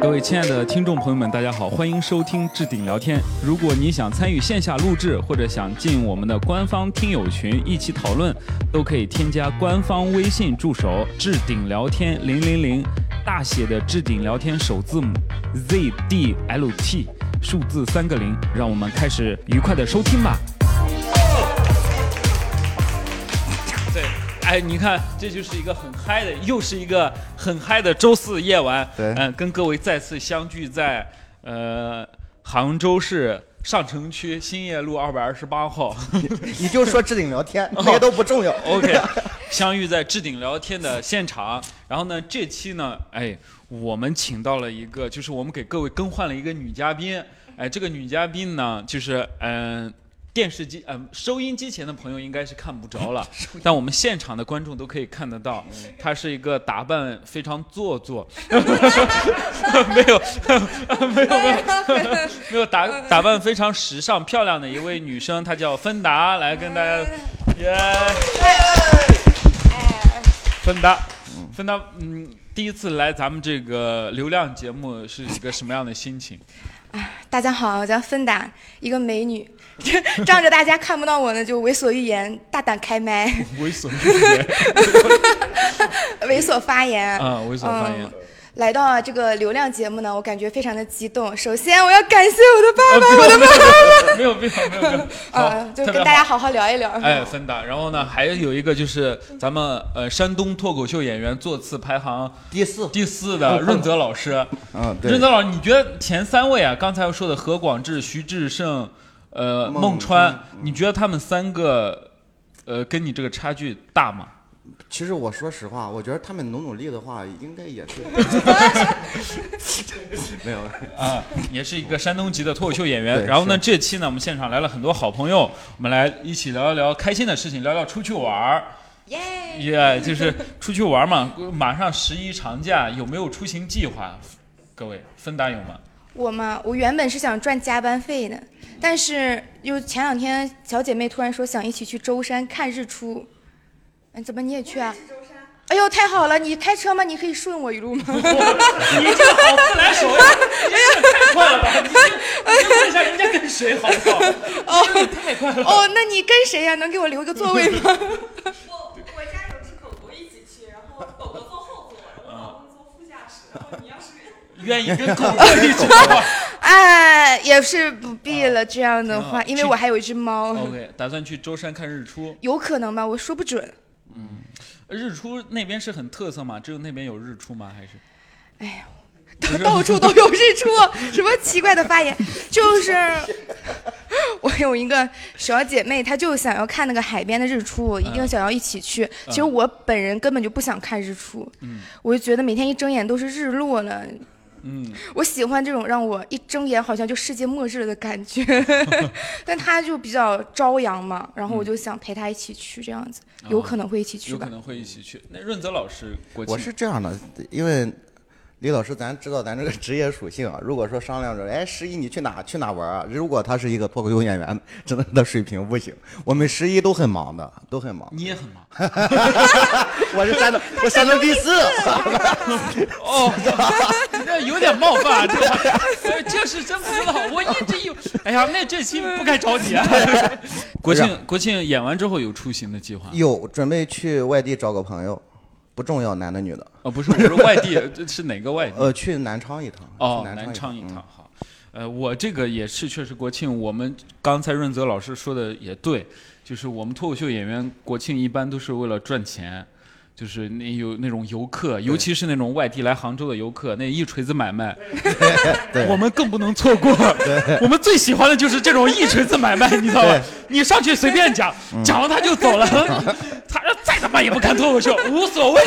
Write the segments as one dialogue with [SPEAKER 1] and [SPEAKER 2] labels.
[SPEAKER 1] 各位亲爱的听众朋友们，大家好，欢迎收听置顶聊天。如果你想参与线下录制，或者想进我们的官方听友群一起讨论，都可以添加官方微信助手“置顶聊天零零零”，大写的置顶聊天首字母 ZDLT，数字三个零。让我们开始愉快的收听吧。对，哎，你看，这就是一个很嗨的，又是一个很嗨的周四夜晚。
[SPEAKER 2] 对
[SPEAKER 1] 嗯、跟各位再次相聚在呃杭州市上城区兴业路二百二十八号。
[SPEAKER 2] 你就说置顶聊天，
[SPEAKER 1] 哦
[SPEAKER 2] 那些都不重要。
[SPEAKER 1] OK，相遇在置顶聊天的现场。然后呢，这期呢，哎，我们请到了一个，就是我们给各位更换了一个女嘉宾。哎，这个女嘉宾呢，就是嗯、电视机嗯、收音机前的朋友应该是看不着了，但我们现场的观众都可以看得到。她是一个打扮非常做作，没有没有没有没有打打扮非常时尚漂亮的一位女生，她叫芬达，来跟大家，耶、芬达，芬达，嗯，第一次来咱们这个流量节目是一个什么样的心情？
[SPEAKER 3] 大家好，我叫芬达，一个美女， 仗着大家看不到我呢，就为所欲言，大胆开麦，
[SPEAKER 1] 猥琐一点
[SPEAKER 3] 猥琐发 言。
[SPEAKER 1] 啊，猥琐发言
[SPEAKER 3] 嗯。来到这个流量节目呢，我感觉非常的激动。首先，我要感谢我的爸爸，我的妈
[SPEAKER 1] 没有必要，没有必要。啊 好
[SPEAKER 3] 啊，，就
[SPEAKER 1] 特
[SPEAKER 3] 跟
[SPEAKER 1] 别
[SPEAKER 3] 大家
[SPEAKER 1] 好。
[SPEAKER 3] 好好聊一聊。
[SPEAKER 1] 哎，芬达，然后呢，还有一个就是咱们呃山东脱口秀演员座次排行
[SPEAKER 2] 第四，
[SPEAKER 1] 第 四的润泽老师。
[SPEAKER 2] 嗯，
[SPEAKER 1] 润
[SPEAKER 2] 对，
[SPEAKER 1] 泽老师，你觉得前三位啊，刚才说的何广智、徐志胜、呃
[SPEAKER 2] 孟嗯
[SPEAKER 1] 孟川，你觉得他们三个呃跟你这个差距大吗？
[SPEAKER 2] 其实我说实话，我觉得他们努努力的话，应该也 是 没有。
[SPEAKER 1] 啊，也是一个山东籍的脱口秀演员。
[SPEAKER 2] 对
[SPEAKER 1] 然后呢，这期呢，我们现场来了很多好朋友，我们来一起聊一聊开心的事情，聊聊出去玩儿。
[SPEAKER 3] 耶，
[SPEAKER 1] 也、就是出去玩儿嘛，马上十一长假，有没有出行计划？各位，芬达有吗？
[SPEAKER 3] 我嘛，我原本是想赚加班费的，但是又前两天小姐妹突然说想一起去舟山看日出，嗯，怎么你也去啊？哎呦，太好了！你开车吗？你可以顺我一路吗？
[SPEAKER 1] 你这个好不来手呀！你这个太快了吧！你先你先问一下人家跟谁好不好？你这个太快了。
[SPEAKER 3] 哦，那你跟谁呀、能给我留一个座位吗？
[SPEAKER 4] 我我家有只狗狗一起去，然后狗狗坐后座，然后我老公坐副驾驶，然后你要是
[SPEAKER 1] 愿意 跟狗哥一起玩。
[SPEAKER 3] 哎，也是不必
[SPEAKER 1] 啊
[SPEAKER 3] 了。这样的
[SPEAKER 1] 挺好
[SPEAKER 3] 话，因为我还有一只猫，
[SPEAKER 1] 哦 OK，打算去舟山看日出。嗯
[SPEAKER 3] 有可能吧，我说不准。
[SPEAKER 1] 日出那边是很特色吗？只有那边有日出吗？还是？
[SPEAKER 3] 到哎到处都有日出，什么奇怪的发言？就是 我有一个小姐妹，她就想要看那个海边的日出，一
[SPEAKER 1] 嗯
[SPEAKER 3] 定想要一起去。其实我本人根本就不想看日出，我就觉得每天一睁眼都是日落了。
[SPEAKER 1] 嗯，
[SPEAKER 3] 我喜欢这种让我一睁眼好像就世界末日了的 感觉，但她就比较朝阳嘛，然后我就想陪她一起去，这样子、有可能会一起
[SPEAKER 1] 嗯
[SPEAKER 3] 去
[SPEAKER 1] 哦有
[SPEAKER 3] 吧
[SPEAKER 1] 可。能会一起去。那润泽老师，国庆
[SPEAKER 2] 我是这样的，因为李老师，咱知道咱这个职业属性啊。如果说商量着，哎，十一你去哪去哪玩啊？如果他是一个脱口秀演员， 真的他水平不行。我们十一都很忙的，都很忙。
[SPEAKER 1] 你也很忙
[SPEAKER 2] 我是山东，我山东第四。
[SPEAKER 1] 哦，这有点冒犯啊，这个哎这是真不知道，我一直以为，哎呀，那这期不该找你 啊。国庆国庆演完之后有出行的计划？
[SPEAKER 2] 有准备去外地找个朋友，不重要，男的女的。
[SPEAKER 1] 哦，不是，我说外地，这是哪个外地？
[SPEAKER 2] 呃，去南昌一趟。
[SPEAKER 1] 哦，
[SPEAKER 2] 去
[SPEAKER 1] 南昌一
[SPEAKER 2] 趟。嗯
[SPEAKER 1] 趟，好。呃，我这个也是，确实国庆，我们刚才润泽老师说的也对，就是我们脱口秀演员国庆一般都是为了赚钱，就是那有那种游客，尤其是那种外地来杭州的游客，那一锤子买卖，
[SPEAKER 2] 对
[SPEAKER 1] 我们更不能错 过。我们最喜欢的就是这种一锤 子买卖，你知道吧
[SPEAKER 2] 对？嗯
[SPEAKER 1] 你上去随便讲，讲完他 就走了，他再他妈也不看脱口秀，无所谓。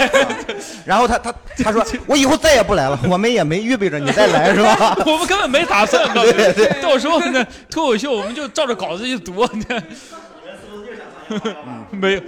[SPEAKER 2] 然后他他他 说我以后再也不来了，我 们也没预备着你再 来是吧？
[SPEAKER 1] 我们根本没 打算，告诉你，到时候呢，脱口秀我们就照着稿子去读。啊 没有，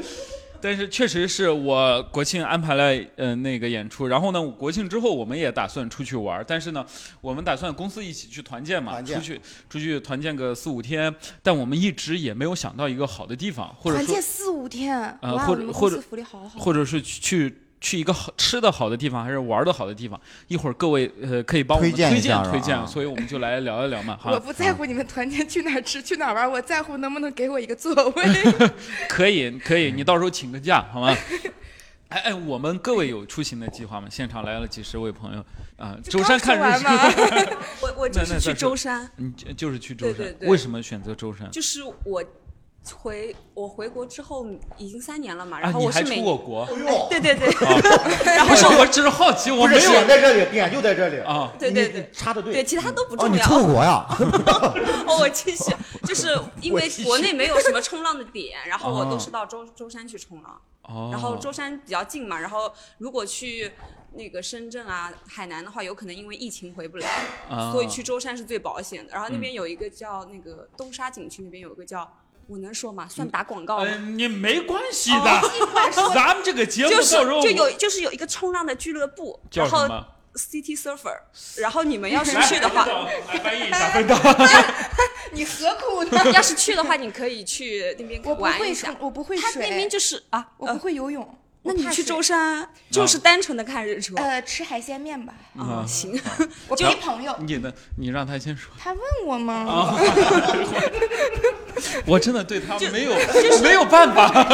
[SPEAKER 1] 但是确实是我国庆安排了呃那个演出，然后呢，国庆之后我们也打算出去玩儿，但是呢，我们打算公司一起去团建嘛，
[SPEAKER 2] 团建
[SPEAKER 1] 出去出去团建个四五天，但我们一直也没有想到一个好的地方，或者
[SPEAKER 3] 团
[SPEAKER 1] 说
[SPEAKER 3] 建四五天，
[SPEAKER 1] 呃
[SPEAKER 3] 哇，
[SPEAKER 1] 或
[SPEAKER 3] 我
[SPEAKER 1] 者
[SPEAKER 3] 们
[SPEAKER 1] 或
[SPEAKER 3] 公
[SPEAKER 1] 者
[SPEAKER 3] 司福利好好。
[SPEAKER 1] 或者是去去去一个好吃的好的地方，还是玩的好的地方？一会儿各位呃可以帮我们
[SPEAKER 2] 推荐
[SPEAKER 1] 推
[SPEAKER 2] 一下
[SPEAKER 1] 荐
[SPEAKER 2] 是吧
[SPEAKER 1] 推
[SPEAKER 2] 啊
[SPEAKER 1] 荐，所以我们就来聊一聊 嘛，啊
[SPEAKER 3] 我
[SPEAKER 1] 哈，
[SPEAKER 3] 不在乎你们团建去哪儿吃去哪儿玩，我在乎能不能给我一个座位。
[SPEAKER 1] 可 以可以，你到时候请个假好吗？哎哎，我们各位有出行的计划吗？现场来了几十位朋友啊、舟山看日
[SPEAKER 3] 完
[SPEAKER 1] 出，
[SPEAKER 3] 吗？
[SPEAKER 4] 我我就
[SPEAKER 1] 那那
[SPEAKER 4] 是
[SPEAKER 1] 算
[SPEAKER 4] 去
[SPEAKER 1] 是
[SPEAKER 4] 舟山，
[SPEAKER 1] 你就就是去舟山，
[SPEAKER 4] 对对对
[SPEAKER 1] 为什么选择舟山？
[SPEAKER 4] 就是我回我回国之后已经三年了嘛，
[SPEAKER 1] 啊，
[SPEAKER 4] 然后
[SPEAKER 1] 你
[SPEAKER 4] 我
[SPEAKER 1] 还
[SPEAKER 4] 是
[SPEAKER 1] 出
[SPEAKER 4] 每、哎
[SPEAKER 1] 过国？
[SPEAKER 3] 哎
[SPEAKER 1] 哦
[SPEAKER 4] 对对对， 然
[SPEAKER 1] 不
[SPEAKER 4] 后
[SPEAKER 1] 是，我只是好奇，我
[SPEAKER 2] 哎不
[SPEAKER 1] 没
[SPEAKER 2] 是写
[SPEAKER 1] 有
[SPEAKER 2] 在这里，点就在这里。
[SPEAKER 1] 啊，
[SPEAKER 4] 对对对。
[SPEAKER 2] 插的
[SPEAKER 4] 对，。其他都不
[SPEAKER 2] 哦，
[SPEAKER 4] 重
[SPEAKER 2] 你
[SPEAKER 4] 要。
[SPEAKER 2] 出 国呀？
[SPEAKER 4] 哦，我继续， 就是因为国内没有什么冲浪的点，然后我都是到舟舟山去冲浪，
[SPEAKER 1] 哦，
[SPEAKER 4] 然后舟山比较近嘛，然后如果去那个深圳啊、海南的话，有可能因为疫情回不来，
[SPEAKER 1] 啊
[SPEAKER 4] 所以去舟山是最保险的。然后
[SPEAKER 1] 嗯
[SPEAKER 4] 那边有一个叫那个东沙景区，那边有一个叫，我能说吗？算打广告吗？哦
[SPEAKER 1] 呃，你没关系的， 咱们这个节目
[SPEAKER 4] 就
[SPEAKER 1] 到
[SPEAKER 4] 是
[SPEAKER 1] 时候
[SPEAKER 4] 就有就是有一个冲浪的俱乐部，
[SPEAKER 1] 叫
[SPEAKER 4] 然
[SPEAKER 1] 什
[SPEAKER 4] 后
[SPEAKER 1] 么
[SPEAKER 4] City Surfer，然后你们要是去的话，
[SPEAKER 1] 来翻哎译一下，翻译
[SPEAKER 3] 哎你何苦呢？
[SPEAKER 4] 要是去的话，你可以去那边
[SPEAKER 3] 我不
[SPEAKER 4] 玩
[SPEAKER 3] 会
[SPEAKER 4] 一下
[SPEAKER 3] 冲。，我不会
[SPEAKER 4] 它那边
[SPEAKER 3] 水，
[SPEAKER 4] 就是啊，
[SPEAKER 3] 我不
[SPEAKER 4] 呃，
[SPEAKER 3] 会游泳。
[SPEAKER 4] 那
[SPEAKER 3] 我
[SPEAKER 4] 你
[SPEAKER 3] 怕
[SPEAKER 4] 去
[SPEAKER 3] 水
[SPEAKER 4] 舟山 就是单纯的看日出
[SPEAKER 3] 呃吃海鲜面 吧，
[SPEAKER 1] 啊
[SPEAKER 4] 啊， 行，
[SPEAKER 3] 我陪朋友。
[SPEAKER 1] 你的，你让他先说。
[SPEAKER 3] 他问我吗？
[SPEAKER 1] 我真的对他没有没有办法。 啊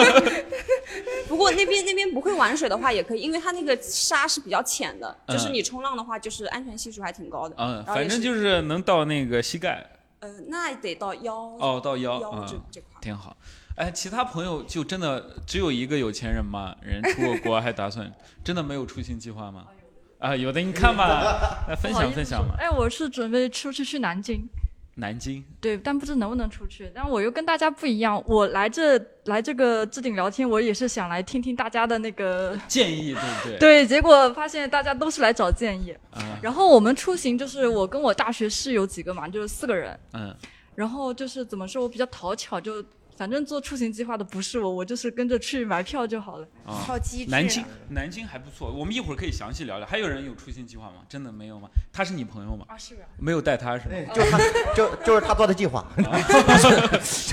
[SPEAKER 4] 不过那边那边不会玩水的话也可以，因为它那个沙是比较浅的，
[SPEAKER 1] 嗯
[SPEAKER 4] 就是你冲浪的话，就是安全系数还挺高的。
[SPEAKER 1] 嗯，
[SPEAKER 4] 然后也
[SPEAKER 1] 反正
[SPEAKER 4] 是
[SPEAKER 1] 就是能到那个膝盖
[SPEAKER 4] 呃，那得到腰
[SPEAKER 1] 哦，到腰
[SPEAKER 4] 腰
[SPEAKER 1] 啊
[SPEAKER 4] 这，这块儿。
[SPEAKER 1] 挺好。哎，其他朋友就真的只有一个有钱人吗？人出过国还打算真的没有出行计划吗？啊，有的，你 看吧，来分
[SPEAKER 5] 不好意
[SPEAKER 1] 享
[SPEAKER 5] 思
[SPEAKER 1] 分享嘛。
[SPEAKER 5] 哎，我是准备出去去南京，
[SPEAKER 1] 南京，
[SPEAKER 5] 对，但不知能不能出去。但我又跟大家不一样，我来这来这个置顶聊天，我也是想来听听大家的那个。
[SPEAKER 1] 建议对不对？
[SPEAKER 5] 对，结果发现大家都是来找建议。
[SPEAKER 1] 啊，
[SPEAKER 5] 然后我们出行就是我跟我大学室友几个嘛，就是四个人。
[SPEAKER 1] 嗯，
[SPEAKER 5] 然后就是怎么说，我比较讨巧，就反正做出行计划的不是我，我就是跟着去买票就好了。
[SPEAKER 1] 啊。
[SPEAKER 3] 好机智啊。
[SPEAKER 1] 南京，南京还不错，我们一会儿可以详细聊聊。还有人有出行计划吗？真的没有吗？他是你朋友吗？
[SPEAKER 5] 啊，是啊。
[SPEAKER 1] 没有带他是吗？
[SPEAKER 2] 哎
[SPEAKER 1] 啊
[SPEAKER 2] 就是他，就就是他做的计划。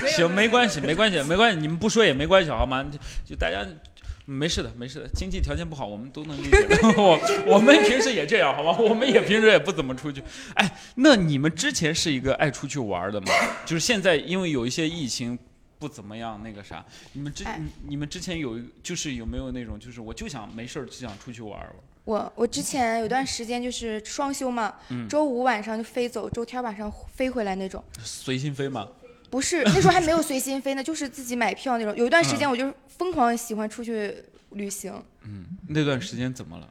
[SPEAKER 1] 行，没关系，没关系，没关系，你们不说也没关系，好吗？就就大家。没事的，没事的，经济条件不好，我们都能理解。 我我们平时也这样，好吗？我们也平时也不怎么出去。哎，那你们之前是一个爱出去玩的吗？就是现在，因为有一些疫情不怎么样，那个啥，你们之、
[SPEAKER 3] 哎
[SPEAKER 1] 你你们之前有就是有没有那种，就是我就想没事儿就想出去玩玩。
[SPEAKER 3] 我我之前有段时间就是双休嘛，
[SPEAKER 1] 嗯
[SPEAKER 3] 周五晚上就飞走，周天晚上飞回来那种。
[SPEAKER 1] 随心飞嘛，
[SPEAKER 3] 不是那时候还没有随心飞呢，就是自己买票那种。有一段时
[SPEAKER 1] 嗯
[SPEAKER 3] 间我就是疯狂喜欢出去旅行，
[SPEAKER 1] 那段时间怎么了？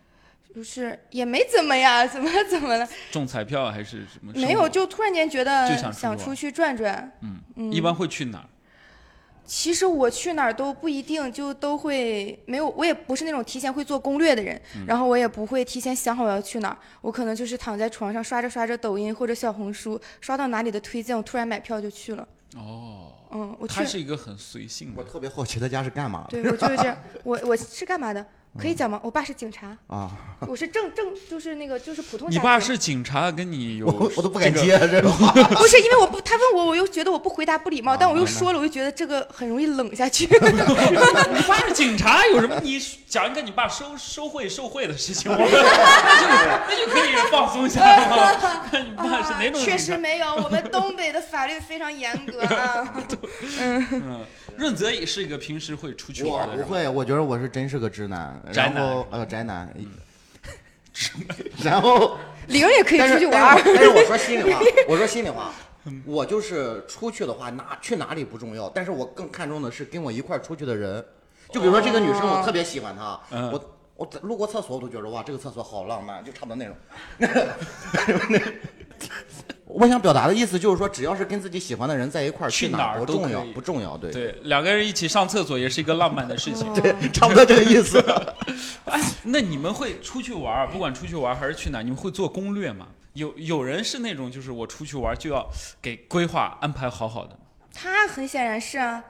[SPEAKER 3] 就是也没怎么呀，怎么怎么了？
[SPEAKER 1] 中彩票还是什么？
[SPEAKER 3] 没有，就突然间觉得
[SPEAKER 1] 就想出去玩
[SPEAKER 3] 想出去转转。
[SPEAKER 1] 嗯，一般会去哪儿？
[SPEAKER 3] 其实我去哪儿都不一定就都会没有，我也不是那种提前会做攻略的人，
[SPEAKER 1] 嗯
[SPEAKER 3] 然后我也不会提前想好我要去哪儿，我可能就是躺在床上刷着刷着抖音或者小红书，刷到哪里的推荐，我突然买票就去了。
[SPEAKER 1] 哦，
[SPEAKER 3] 嗯，我去
[SPEAKER 1] 他，是一个很随性
[SPEAKER 2] 我
[SPEAKER 1] 的。
[SPEAKER 2] 特别好奇他家是干嘛的
[SPEAKER 3] 对我就是 这样，我我是干嘛的？可以讲吗？我爸是警察，
[SPEAKER 2] 啊？
[SPEAKER 3] 我是正正就是那个就是普通家
[SPEAKER 1] 你
[SPEAKER 3] 庭。
[SPEAKER 1] 爸是警察，跟你有
[SPEAKER 2] 我我都不敢接啊这个话。
[SPEAKER 3] 不是因为我不他问我，我又觉得我不回答不礼
[SPEAKER 1] 哦
[SPEAKER 3] 貌，但我又
[SPEAKER 2] 明白
[SPEAKER 3] 说了，我就觉得这个很容易冷下去。
[SPEAKER 1] 你爸是警察有什么？你讲一个你爸收收贿受贿的事情， 我们那就那就可以放松下来了。看 你爸是哪种啊
[SPEAKER 3] 啊确
[SPEAKER 1] 警
[SPEAKER 3] 实
[SPEAKER 1] 察？
[SPEAKER 3] 没有，我们东北的法律非常严格 啊。
[SPEAKER 1] 嗯，润泽也是一个平时会出去玩的
[SPEAKER 2] 不
[SPEAKER 1] 人。
[SPEAKER 2] 会，我觉得我是真是个直男，
[SPEAKER 1] 宅
[SPEAKER 2] 然
[SPEAKER 1] 男嗯
[SPEAKER 2] 后呃宅男，然 后
[SPEAKER 3] 零也可以
[SPEAKER 2] 但
[SPEAKER 3] 出
[SPEAKER 2] 是
[SPEAKER 3] 去玩
[SPEAKER 2] 但
[SPEAKER 3] 儿
[SPEAKER 2] 是。我但是我说心里 话，我说心里话，我就是出去的话，哪去哪里不重要，但是我更看重的是跟我一块儿出去的人。就比如说这个女生，我特别喜欢她，
[SPEAKER 1] 嗯
[SPEAKER 2] 我我路过厕所我都觉得哇，这个厕所好浪漫，就差不多那 种。我想表达的意思就是说，只要是跟自己喜欢的人在一块儿，
[SPEAKER 1] 去
[SPEAKER 2] 去
[SPEAKER 1] 哪儿
[SPEAKER 2] 儿不
[SPEAKER 1] 都
[SPEAKER 2] 重
[SPEAKER 1] 可
[SPEAKER 2] 要
[SPEAKER 1] 以，
[SPEAKER 2] 不重要，对
[SPEAKER 1] 对，两个人一起上厕所也是一个浪漫的事情。
[SPEAKER 2] 对，差不多这个意思。
[SPEAKER 1] 哎，那你们会出去玩儿，不管出去玩儿还是去哪，你们会做攻略吗？有有人是那种，就是我出去玩儿就要给规划安排好好的。
[SPEAKER 3] 他很显然是啊，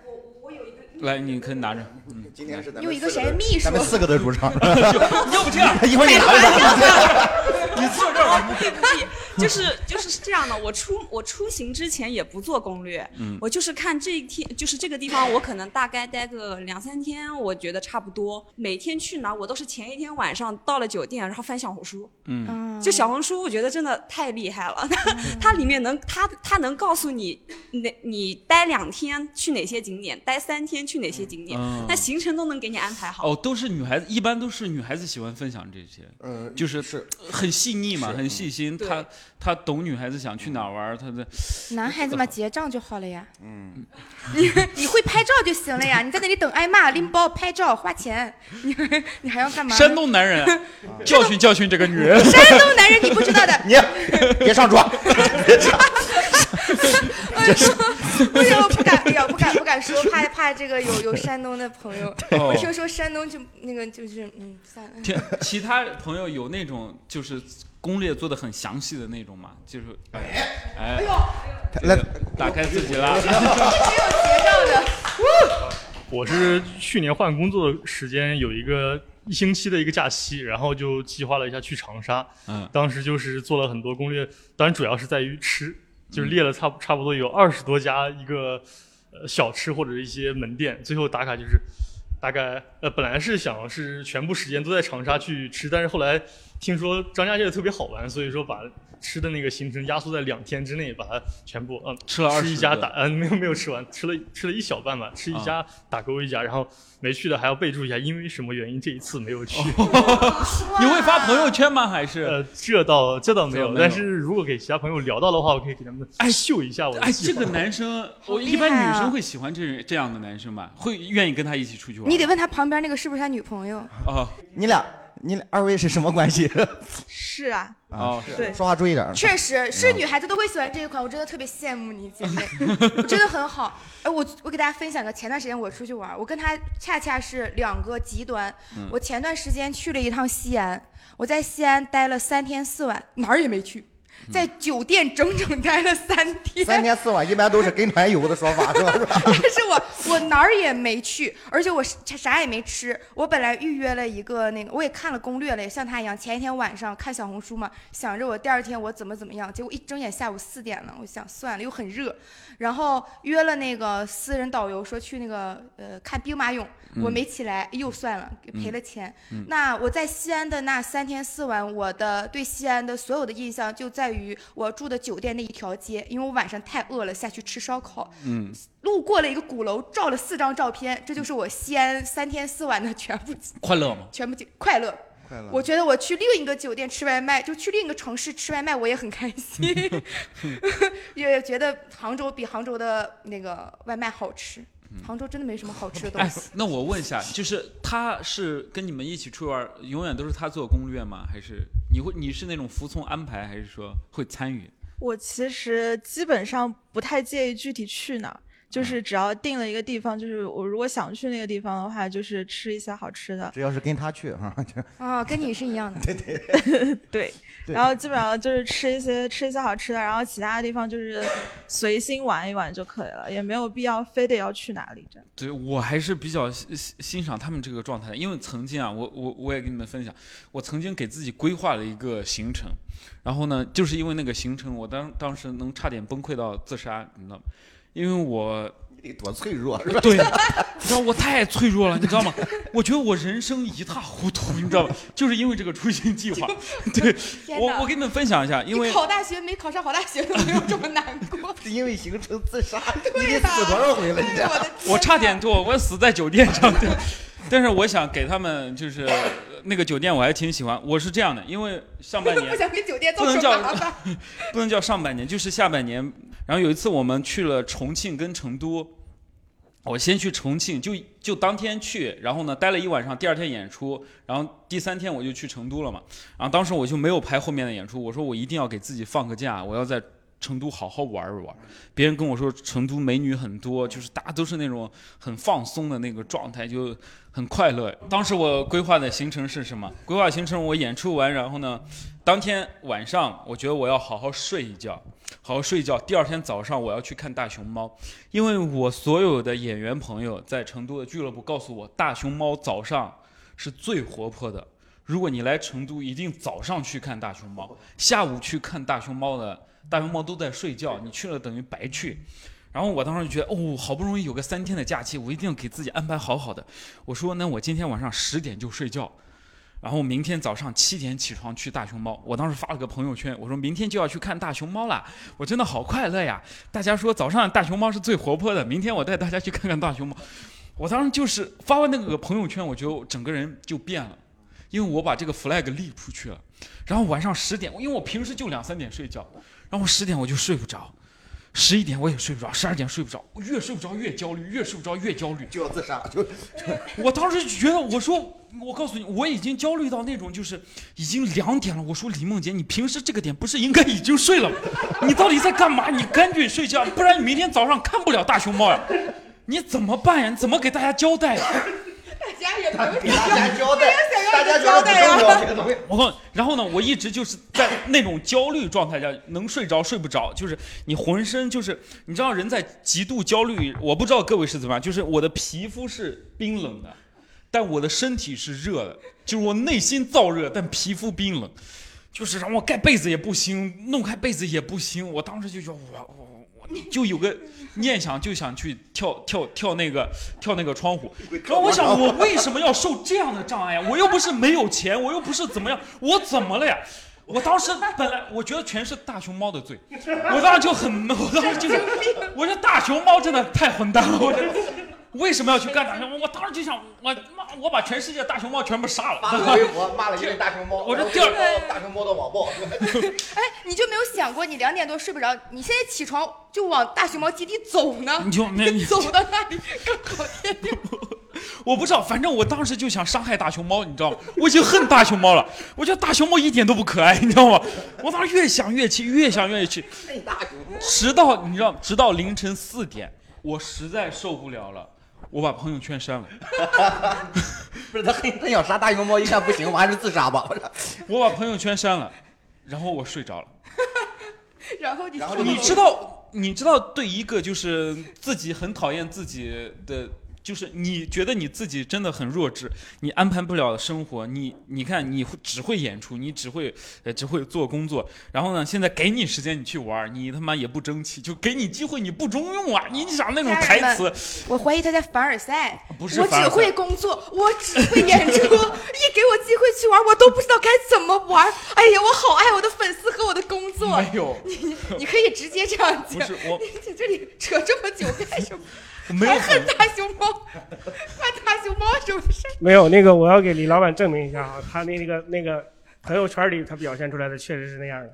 [SPEAKER 1] 来，你可以拿着。嗯，
[SPEAKER 2] 今天是咱们
[SPEAKER 3] 有一个
[SPEAKER 2] 四人
[SPEAKER 3] 谁秘 书
[SPEAKER 2] 咱们四个的主场，
[SPEAKER 1] 要不这样，
[SPEAKER 2] 一会儿你拿一下，
[SPEAKER 1] 你坐这儿
[SPEAKER 4] 不必不必，就是就是是这样的。我出我出行之前也不做攻略，
[SPEAKER 1] 嗯
[SPEAKER 4] 我就是看这一天，就是这个地方，我可能大概待个两三天，我觉得差不多。每天去哪儿，我都是前一天晚上到了酒店，然后翻小红书。
[SPEAKER 1] 嗯，
[SPEAKER 3] 嗯，
[SPEAKER 4] 就小红书，我觉得真的太厉害了， 它里面能它它能告诉你哪你待两天去哪些景点，待三天去哪些景点，
[SPEAKER 1] 嗯
[SPEAKER 4] 那行程都能给你安排好。
[SPEAKER 1] 哦，都是女孩子，一般都是女孩子喜欢分享这些，
[SPEAKER 2] 嗯，
[SPEAKER 1] 就是
[SPEAKER 2] 是
[SPEAKER 1] 很细腻嘛，
[SPEAKER 2] 是嗯
[SPEAKER 1] 很细心。
[SPEAKER 4] 对
[SPEAKER 1] 她她懂女孩子想去哪儿玩儿，她的
[SPEAKER 3] 男孩子嘛，结账就好 了呀。嗯，你你会拍照就行了呀，你在那里等挨骂、拎包、拍照、花钱， 你你还要干嘛呢？
[SPEAKER 1] 山东男人啊
[SPEAKER 2] 嗯
[SPEAKER 1] 教训教训这个 女人。
[SPEAKER 3] 山东男人你不 知道的，
[SPEAKER 2] 你 别上桌，别上，
[SPEAKER 3] 哎
[SPEAKER 2] 这是
[SPEAKER 3] 不行，我不敢，哎呀，不敢，不敢说，怕怕这个有有山东的朋友，
[SPEAKER 1] 哦
[SPEAKER 3] 我听说山东就那个就是嗯，算了，
[SPEAKER 1] 天，其他朋友有那种就是攻略做的很详细的那种嘛，就是哎哎，
[SPEAKER 2] 来
[SPEAKER 1] 打开自己啦。
[SPEAKER 3] 只有结账的。
[SPEAKER 2] 嗯
[SPEAKER 6] 我是去年换工作的时间有一个一星期的一个假期，然后就计划了一下去长沙。
[SPEAKER 1] 嗯
[SPEAKER 6] 当时就是做了很多攻略，当然主要是在于吃，就是列了差不差不多有二十多家一个呃小吃或者一些门店，最后打卡就是大概呃本来是想是全部时间都在长沙去吃，但是后来听说张家界特别好玩，所以说把吃的那个行程压缩在两天之内，把它全部嗯
[SPEAKER 1] 吃了
[SPEAKER 6] 吃一
[SPEAKER 1] 20
[SPEAKER 6] 家
[SPEAKER 1] 个
[SPEAKER 6] 打嗯、没有没有吃完，吃了吃了一小半吧，吃一
[SPEAKER 1] 啊
[SPEAKER 6] 家、打勾一家，然后没去的还要备注一下，因为什么原因这一次没有去。
[SPEAKER 1] 哦你会发朋友圈吗？还是？
[SPEAKER 6] 呃，这倒这倒没
[SPEAKER 1] 这倒
[SPEAKER 6] 有，
[SPEAKER 1] 没有
[SPEAKER 6] 但是如果给其他朋友聊到的话，我可以给他们哎秀一下我的
[SPEAKER 1] 哎，
[SPEAKER 6] 计
[SPEAKER 1] 这
[SPEAKER 6] 划。
[SPEAKER 1] 个男生，
[SPEAKER 3] 好
[SPEAKER 1] 我
[SPEAKER 3] 厉
[SPEAKER 1] 一般
[SPEAKER 3] 害
[SPEAKER 1] 女
[SPEAKER 3] 啊
[SPEAKER 1] 生会喜欢这这样的男生吧？会愿意跟他一起出去玩？
[SPEAKER 3] 你得问他旁边那个是不是他女朋友？
[SPEAKER 1] 哦
[SPEAKER 2] 你俩，你俩二位是什么关系？
[SPEAKER 3] 是啊，
[SPEAKER 1] 哦，是
[SPEAKER 4] 对
[SPEAKER 2] 说话注意点儿。
[SPEAKER 3] 确实是女孩子都会喜欢这一款，我真的特别羡慕你姐妹，真的很好。哎，我我给大家分享个，前段时间我出去玩儿，我跟她恰恰是两个极端。我前段时间去了一趟西安，我在西安待了三天四晚，哪儿也没去，在酒店整整待了三天。
[SPEAKER 2] 三天四晚一般都是给男友的说法，是吧？是 吧？
[SPEAKER 3] 但是我我哪儿也没去，而且我是啥啥也没吃。我本来预约了一个那个，我也看了攻略了，也像他一样，前一天晚上看小红书嘛，想着我第二天我怎么怎么样，结果一睁眼下午四点了，我想算了，又很热，然后约了那个私人导游说去那个呃看兵马俑，我没起来，又算了，给赔了钱。那我在西安的那三天四晚，我的对西安的所有的印象就在于我住的酒店那一条街，因为我晚上太饿了，下去吃烧烤。
[SPEAKER 1] 嗯，
[SPEAKER 3] 路过了一个鼓楼，照了四张照片，这就是我西安三天四晚的全部
[SPEAKER 1] 快乐吗？
[SPEAKER 3] 全部景快乐。
[SPEAKER 2] 快乐
[SPEAKER 3] 我觉得我去另一个酒店吃外卖，就去另一个城市吃外卖，我也很开心，也觉得杭州比杭州的那个外卖好吃。
[SPEAKER 1] 嗯
[SPEAKER 3] 杭州真的没什么好吃的东
[SPEAKER 1] 哎
[SPEAKER 3] 西。，
[SPEAKER 1] 那我问一下，就是他是跟你们一起出去玩，永远都是他做攻略吗？还是你会你是那种服从安排，还是说会参与？
[SPEAKER 7] 我其实基本上不太介意具体去哪儿，就是只要定了一个地方，就是我如果想去那个地方的话，就是吃一些好吃的。
[SPEAKER 2] 只要是跟他去哈，就
[SPEAKER 3] 啊、跟你是一样的。
[SPEAKER 7] 对，
[SPEAKER 2] 对
[SPEAKER 7] 然后基本上就是吃一些吃一些好吃的，然后其他地方就是随心玩一玩就可以了，也没有必要非得要去哪里这样。
[SPEAKER 1] 对我还是比较欣欣欣赏他们这个状态的，因为曾经啊，我我我也跟你们分享，我曾经给自己规划了一个行程，然后呢，就是因为那个行程，我当当时能差点崩溃到自杀，你知道吗？因为我
[SPEAKER 2] 你多脆弱是吧？
[SPEAKER 1] 对，你知道我太脆弱了，你知道吗？我觉得我人生一塌糊涂，你知道吗？就是因为这个出行计划， 对
[SPEAKER 3] 天哪
[SPEAKER 1] 我我给你们分享一下，因为
[SPEAKER 3] 你考大学没考上好大学都没有这么难过。
[SPEAKER 2] 是因为行程自杀，你
[SPEAKER 3] 对
[SPEAKER 2] 得
[SPEAKER 3] 吧
[SPEAKER 2] 死多少回了？
[SPEAKER 3] 哎
[SPEAKER 2] 你
[SPEAKER 3] 呦
[SPEAKER 2] 这
[SPEAKER 3] 我的
[SPEAKER 1] 我
[SPEAKER 3] 天
[SPEAKER 1] 差
[SPEAKER 3] 哪
[SPEAKER 1] 点就我死在酒店上。 对，但是我想给他们就是呃那个酒店，我还挺喜欢。我是这样的，因为上半年
[SPEAKER 3] 不想给酒店造
[SPEAKER 1] 不能
[SPEAKER 3] 成
[SPEAKER 1] 叫
[SPEAKER 3] 麻烦。
[SPEAKER 1] 不能叫上半年，就是下半年。然后有一次我们去了重庆跟成都，我先去重庆，就就当天去，然后呢待了一晚上，第二天演出，然后第三天我就去成都了嘛。然后当时我就没有排后面的演出，我说我一定要给自己放个假，我要在。成都好好玩一玩，别人跟我说成都美女很多，就是大家都是那种很放松的那个状态，就很快乐。当时我规划的行程是什么？规划行程我演出完，然后呢，当天晚上，我觉得我要好好睡一觉，好好睡一觉。第二天早上，我要去看大熊猫，因为我所有的演员朋友在成都的俱乐部告诉我，大熊猫早上是最活泼的，如果你来成都，一定早上去看大熊猫，下午去看大熊猫的，大熊猫都在睡觉，你去了等于白去。然后我当时就觉得，哦，好不容易有个三天的假期，我一定要给自己安排好好的。我说，那我今天晚上十点就睡觉，然后明天早上七点起床去大熊猫。我当时发了个朋友圈，我说明天就要去看大熊猫啦，我真的好快乐呀！大家说早上大熊猫是最活泼的，明天我带大家去看看大熊猫。我当时就是发完那个朋友圈，我就整个人就变了，因为我把这个 flag 立出去了。然后晚上十点，因为我平时就两三点睡觉，然后十点我就睡不着，十一点我也睡不着，十二点睡不着，我 越睡不着越焦虑，越睡不着越焦虑。
[SPEAKER 2] 就要自杀，就
[SPEAKER 1] 我当时就觉得，我说，我告诉你，我已经焦虑到那种，就是已经两点了。我说李梦洁，你平时这个点不是应该已经睡了吗？你到底在干嘛？你赶紧睡觉，不然你明天早上看不了大熊猫呀、你怎么办呀？你怎么给大家交代呀？
[SPEAKER 2] 给大家交代，大家
[SPEAKER 3] 交代
[SPEAKER 2] 觉得
[SPEAKER 3] 啊
[SPEAKER 2] 不重要这个 东西
[SPEAKER 1] 我告诉你，然后呢，我一直就是在那种焦虑状态下，能睡着睡不着，就是你浑身就是，你知道人在极度焦虑，我不知道各位是怎么样，就是我的皮肤是冰冷的，但我的身体是热的，就是我内心燥热，但皮肤冰冷，就是让我盖被子也不行，弄开被子也不行，我当时就觉得我我。我就有个念想，就想去跳跳跳那个跳那个窗户，然后我想，我为什么要受这样的障碍呀？我又不是没有钱，我又不是怎么样，我怎么了呀？我当时本来我觉得全是大熊猫的罪，我当时就很，我当时就是，我说大熊猫真的太混蛋了，我这为什么要去干大熊猫？我当时就想，我妈，我把全世界大熊猫全部杀了。
[SPEAKER 2] 发了个微博骂了一顿大熊猫，
[SPEAKER 1] 我
[SPEAKER 2] 然
[SPEAKER 1] 这
[SPEAKER 2] 后
[SPEAKER 1] 第二
[SPEAKER 2] 说大熊猫的网暴，
[SPEAKER 3] 哎，你就没有想过，你两点多睡不着，你现在起床就往大熊猫基地走呢？
[SPEAKER 1] 你 就那你
[SPEAKER 3] 走到那里更好天亮。
[SPEAKER 1] 我不知道，反正我当时就想伤害大熊猫，你知道吗？我已经恨大熊猫了，我觉得大熊猫一点都不可爱，你知道吗？我当时越想越气，越想越气，直到你知道，直到凌晨四点，我实在受不了了，我把朋友圈删了，
[SPEAKER 2] 不是他很很想杀大熊猫，一看不行，我还是自杀吧。我 说
[SPEAKER 1] 我把朋友圈删了，然后我睡着了。
[SPEAKER 3] 然后你
[SPEAKER 2] 然后
[SPEAKER 1] 你知道，你知道，对一个就是自己很讨厌自己的，就是你觉得你自己真的很弱智，你安排不了生活，你你看你会只会演出，你只会呃只会做工作，然后呢，现在给你时间你去玩儿，你他妈也不争气，就给你机会你不中用啊！你想那种台词
[SPEAKER 3] 我怀疑他在凡尔赛，
[SPEAKER 1] 不是
[SPEAKER 3] 我
[SPEAKER 1] 凡尔
[SPEAKER 3] 只
[SPEAKER 1] 赛
[SPEAKER 3] 会工作，我只会演出，一给我机会去玩，我都不知道该怎么玩。哎呀，我好爱我的粉丝和我的工作。
[SPEAKER 1] 没有，
[SPEAKER 3] 你可以直接这样讲，
[SPEAKER 1] 不是我
[SPEAKER 3] 你你这里扯这么久干什么？
[SPEAKER 1] 我没有
[SPEAKER 3] 还
[SPEAKER 1] 很
[SPEAKER 3] 恨大熊猫，恨大熊猫什么事儿？
[SPEAKER 8] 没有那个，我要给李老板证明一下啊，他那个那个朋友圈里他表现出来的确实是那样的，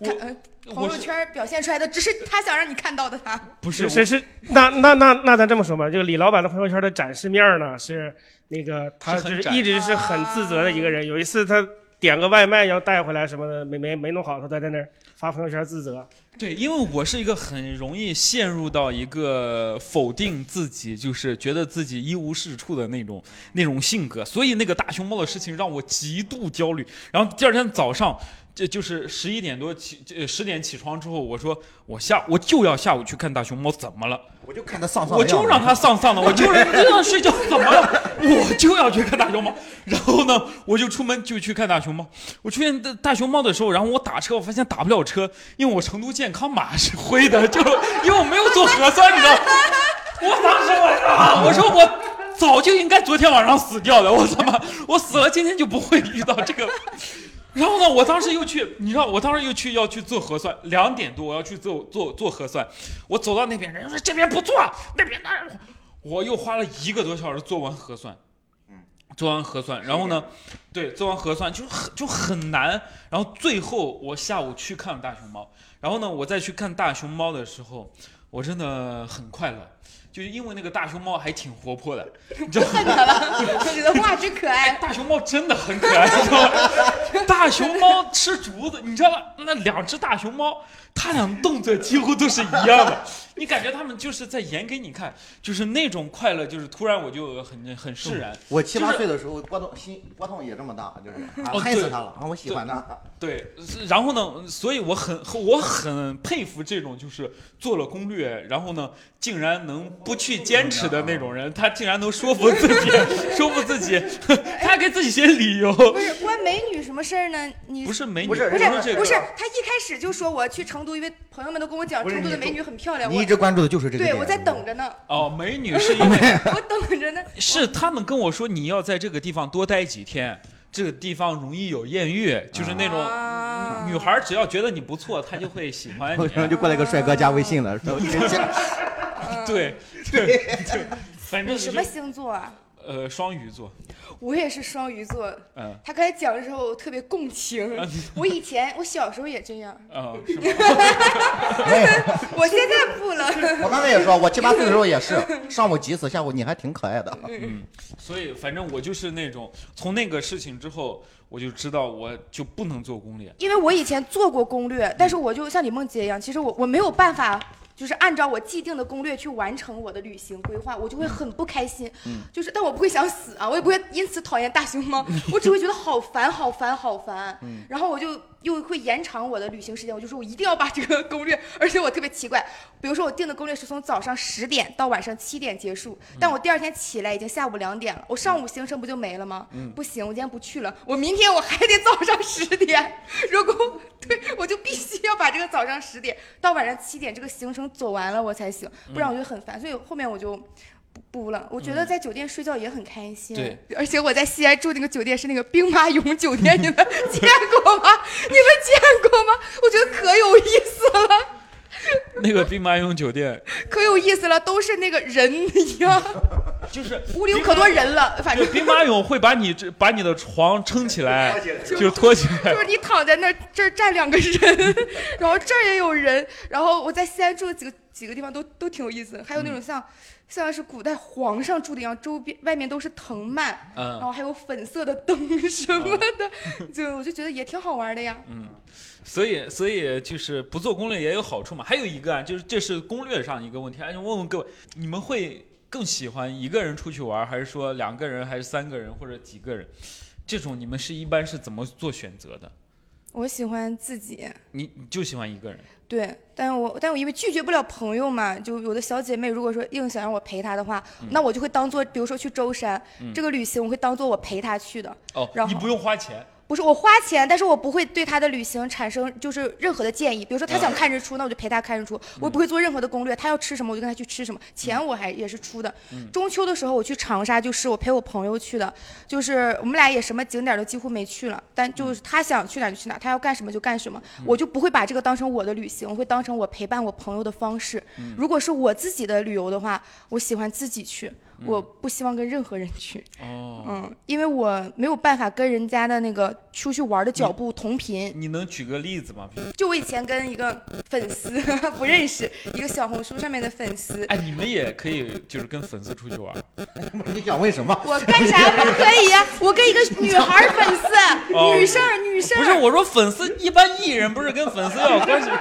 [SPEAKER 1] 我
[SPEAKER 3] 看呃朋
[SPEAKER 1] 我
[SPEAKER 3] 友
[SPEAKER 1] 是
[SPEAKER 3] 圈表现出来的只是他想让你看到的他。
[SPEAKER 1] 不是
[SPEAKER 8] 是是是，那那那那咱这么说吧，这个李老板的朋友圈的展示面儿呢是那个他
[SPEAKER 1] 是
[SPEAKER 8] 就
[SPEAKER 1] 很
[SPEAKER 8] 是
[SPEAKER 1] 窄
[SPEAKER 8] 一直是很自责的一个人。有一次他点个外卖要带回来什么的，没没没弄好，他在那儿发朋友圈自责。
[SPEAKER 1] 对，因为我是一个很容易陷入到一个否定自己，就是觉得自己一无是处的那种那种性格，所以那个大熊猫的事情让我极度焦虑。然后第二天早上，这就是十一点多起，十点起床之后，我说我下我就要下午去看大熊猫，怎么了？
[SPEAKER 2] 我就看他丧丧
[SPEAKER 1] 我
[SPEAKER 2] 的样子，
[SPEAKER 1] 就让他丧丧的，我就让他让他睡觉，怎么了？我就要去看大熊猫。然后呢，我就出门就去看大熊猫。我出现大大熊猫的时候，然后我打车，我发现打不了车，因为我成都健康码是灰的，就因为我没有做核酸，你知道吗。我当时我啊，我说我早就应该昨天晚上死掉的，我他妈我死了今天就不会遇到这个。然后呢，我当时又去，你知道，我当时又去要去做核酸，两点多我要去做做做核酸，我走到那边，人家说这边不做，啊那边那，我又花了一个多小时做完核酸，
[SPEAKER 2] 嗯
[SPEAKER 1] 做完核酸，然后呢，对，做完核酸就很就很难，然后最后我下午去看了大熊猫，然后呢，我再去看大熊猫的时候，我真的很快乐。就是因为那个大熊猫还挺活泼的，你知道吗？
[SPEAKER 3] 我觉得哇，真可爱。
[SPEAKER 1] 大熊猫真的很可 爱，你知道吗？ 大熊猫吃竹子，你知道吗？那两只大熊猫，它俩动作几乎都是一样的，你感觉它们就是在演给你看，就是那种快乐，就是突然我就很很释然。
[SPEAKER 2] 我七八
[SPEAKER 1] 就是
[SPEAKER 2] 岁的时候，瓜痛心瓜痛也这么大，就是啊
[SPEAKER 1] 哦
[SPEAKER 2] 恨死
[SPEAKER 1] 对
[SPEAKER 2] 他了啊！我喜欢他，
[SPEAKER 1] 对，是然后呢，所以我很我很佩服这种就是做了攻略，然后呢，竟然能不去坚持的那种人，他竟然能说服自己， 说服自己， 他给自己些理由。
[SPEAKER 3] 不是关美女什么事儿呢？你
[SPEAKER 1] 哦不是美女，
[SPEAKER 2] 不是
[SPEAKER 3] 不
[SPEAKER 1] 是这
[SPEAKER 3] 是
[SPEAKER 1] 个，
[SPEAKER 3] 不是，他一开始就说我要去成都，因为朋友们都跟我讲
[SPEAKER 2] 不是
[SPEAKER 3] 成都的
[SPEAKER 2] 你
[SPEAKER 3] 美女很漂亮。
[SPEAKER 2] 你
[SPEAKER 3] 我
[SPEAKER 2] 一直关注的就是这个
[SPEAKER 3] 对
[SPEAKER 2] 电影。
[SPEAKER 3] 我在等着呢，
[SPEAKER 1] 哦，美女是因 为
[SPEAKER 3] 我等着呢。
[SPEAKER 1] 是他们跟我说你要在这个地方多待几天，这个地方容易有艳遇，就是那种
[SPEAKER 3] 啊
[SPEAKER 1] 女孩只要觉得你不错，她就会喜 欢
[SPEAKER 2] 然后
[SPEAKER 1] 你。
[SPEAKER 2] 就过来个帅哥加微信了，说
[SPEAKER 1] 对对对，反正
[SPEAKER 3] 你
[SPEAKER 1] 就
[SPEAKER 3] 什么星座啊？
[SPEAKER 1] 呃双鱼座，
[SPEAKER 3] 我也是双鱼座。
[SPEAKER 1] 嗯
[SPEAKER 3] 他刚才讲的时候，我特别共情。我以前我小时候也这样，
[SPEAKER 1] 啊，是吗
[SPEAKER 3] 我现在不了。
[SPEAKER 2] 我刚才也说，我七八岁的时候也是，上午急死，下午你还挺可爱的。
[SPEAKER 3] 嗯
[SPEAKER 1] 所以反正我就是那种从那个事情之后，我就知道我就不能做攻略。
[SPEAKER 3] 因为我以前做过攻略，但是我就像李梦洁一样，其实我我没有办法，就是按照我既定的攻略去完成我的旅行规划，我就会很不开心。就是，但我不会想死啊，我也不会因此讨厌大熊猫，我只会觉得好烦，好烦，好烦。然后我就又会延长我的旅行时间，我就说我一定要把这个攻略，而且我特别奇怪，比如说我定的攻略是从早上十点到晚上七点结束，但我第二天起来已经下午两点了，我上午行程不就没了吗？不行，我今天不去了，我明天我还得早上十点。如果对我就必须要把这个早上十点到晚上七点这个行程走完了我才行，不然我就很烦。所以后面我就不不了。我觉得在酒店睡觉也很开心。
[SPEAKER 1] 对，
[SPEAKER 3] 而且我在西安住那个酒店是那个兵马俑酒店，你们 见过吗？你们见过吗？我觉得可有意思了，
[SPEAKER 1] 那个兵马俑酒店
[SPEAKER 3] 可有意思了，都是那个人一样，
[SPEAKER 1] 就是
[SPEAKER 3] 屋里有可多人了，反
[SPEAKER 1] 就
[SPEAKER 3] 正。
[SPEAKER 1] 兵马 俑会把你这把你的床撑起来， 就拖起来
[SPEAKER 3] 就。是你躺在那儿，这儿站两个人，然后这儿也有人，然后我在西安住的几个几个地方都都挺有意思的，还有那种像、像是古代皇上住的一样，周边外面都是藤蔓，然
[SPEAKER 1] 嗯，
[SPEAKER 3] 后还有粉色的灯什么的，就我就觉得也挺好玩的呀。
[SPEAKER 1] 嗯所以所以就是不做攻略也有好处嘛。还有一个啊，就是这是攻略上一个问题，哎，问问各位，你们会更喜欢一个人出去玩，还是说两个人，还是三个人或者几个人？这种你们是一般是怎么做选择的？
[SPEAKER 3] 我喜欢自己，
[SPEAKER 1] 你你就喜欢一个人，
[SPEAKER 3] 对，但我但我因为拒绝不了朋友嘛，就有的小姐妹如果说硬想让我陪她的话，那我就会当做，比如说去舟山、这个旅行，我会当做我陪她去的。
[SPEAKER 1] 哦
[SPEAKER 3] 然，后
[SPEAKER 1] 你不用花钱，
[SPEAKER 3] 不是我花钱，但是我不会对他的旅行产生就是任何的建议。比如说他想看日出，那我就陪他看日出，我不会做任何的攻略。他要吃什么，我就跟他去吃什么，钱我还也是出的。中秋的时候我去长沙，就是我陪我朋友去的，就是我们俩也什么景点都几乎没去了，但就是他想去哪就去哪，他要干什么就干什么，我就不会把这个当成我的旅行，我会当成我陪伴我朋友的方式。如果是我自己的旅游的话，我喜欢自己去，我不希望跟任何人去。
[SPEAKER 1] 哦，
[SPEAKER 3] 嗯，因为我没有办法跟人家的那个出去玩的脚步同频。
[SPEAKER 1] 你能举个例子吗？比如
[SPEAKER 3] 就我以前跟一个粉丝 不认识，一个小红书上面的 粉丝，
[SPEAKER 1] 哎，你们也可以就是跟粉丝出去玩，
[SPEAKER 2] 你想问什么？
[SPEAKER 3] 我干啥不可以哎呀、我跟一个女孩儿粉
[SPEAKER 1] 哦
[SPEAKER 3] 丝，女生儿女生
[SPEAKER 1] 不
[SPEAKER 3] 儿，
[SPEAKER 1] 是我说粉丝，一般艺人不是跟粉丝要有关 系吗？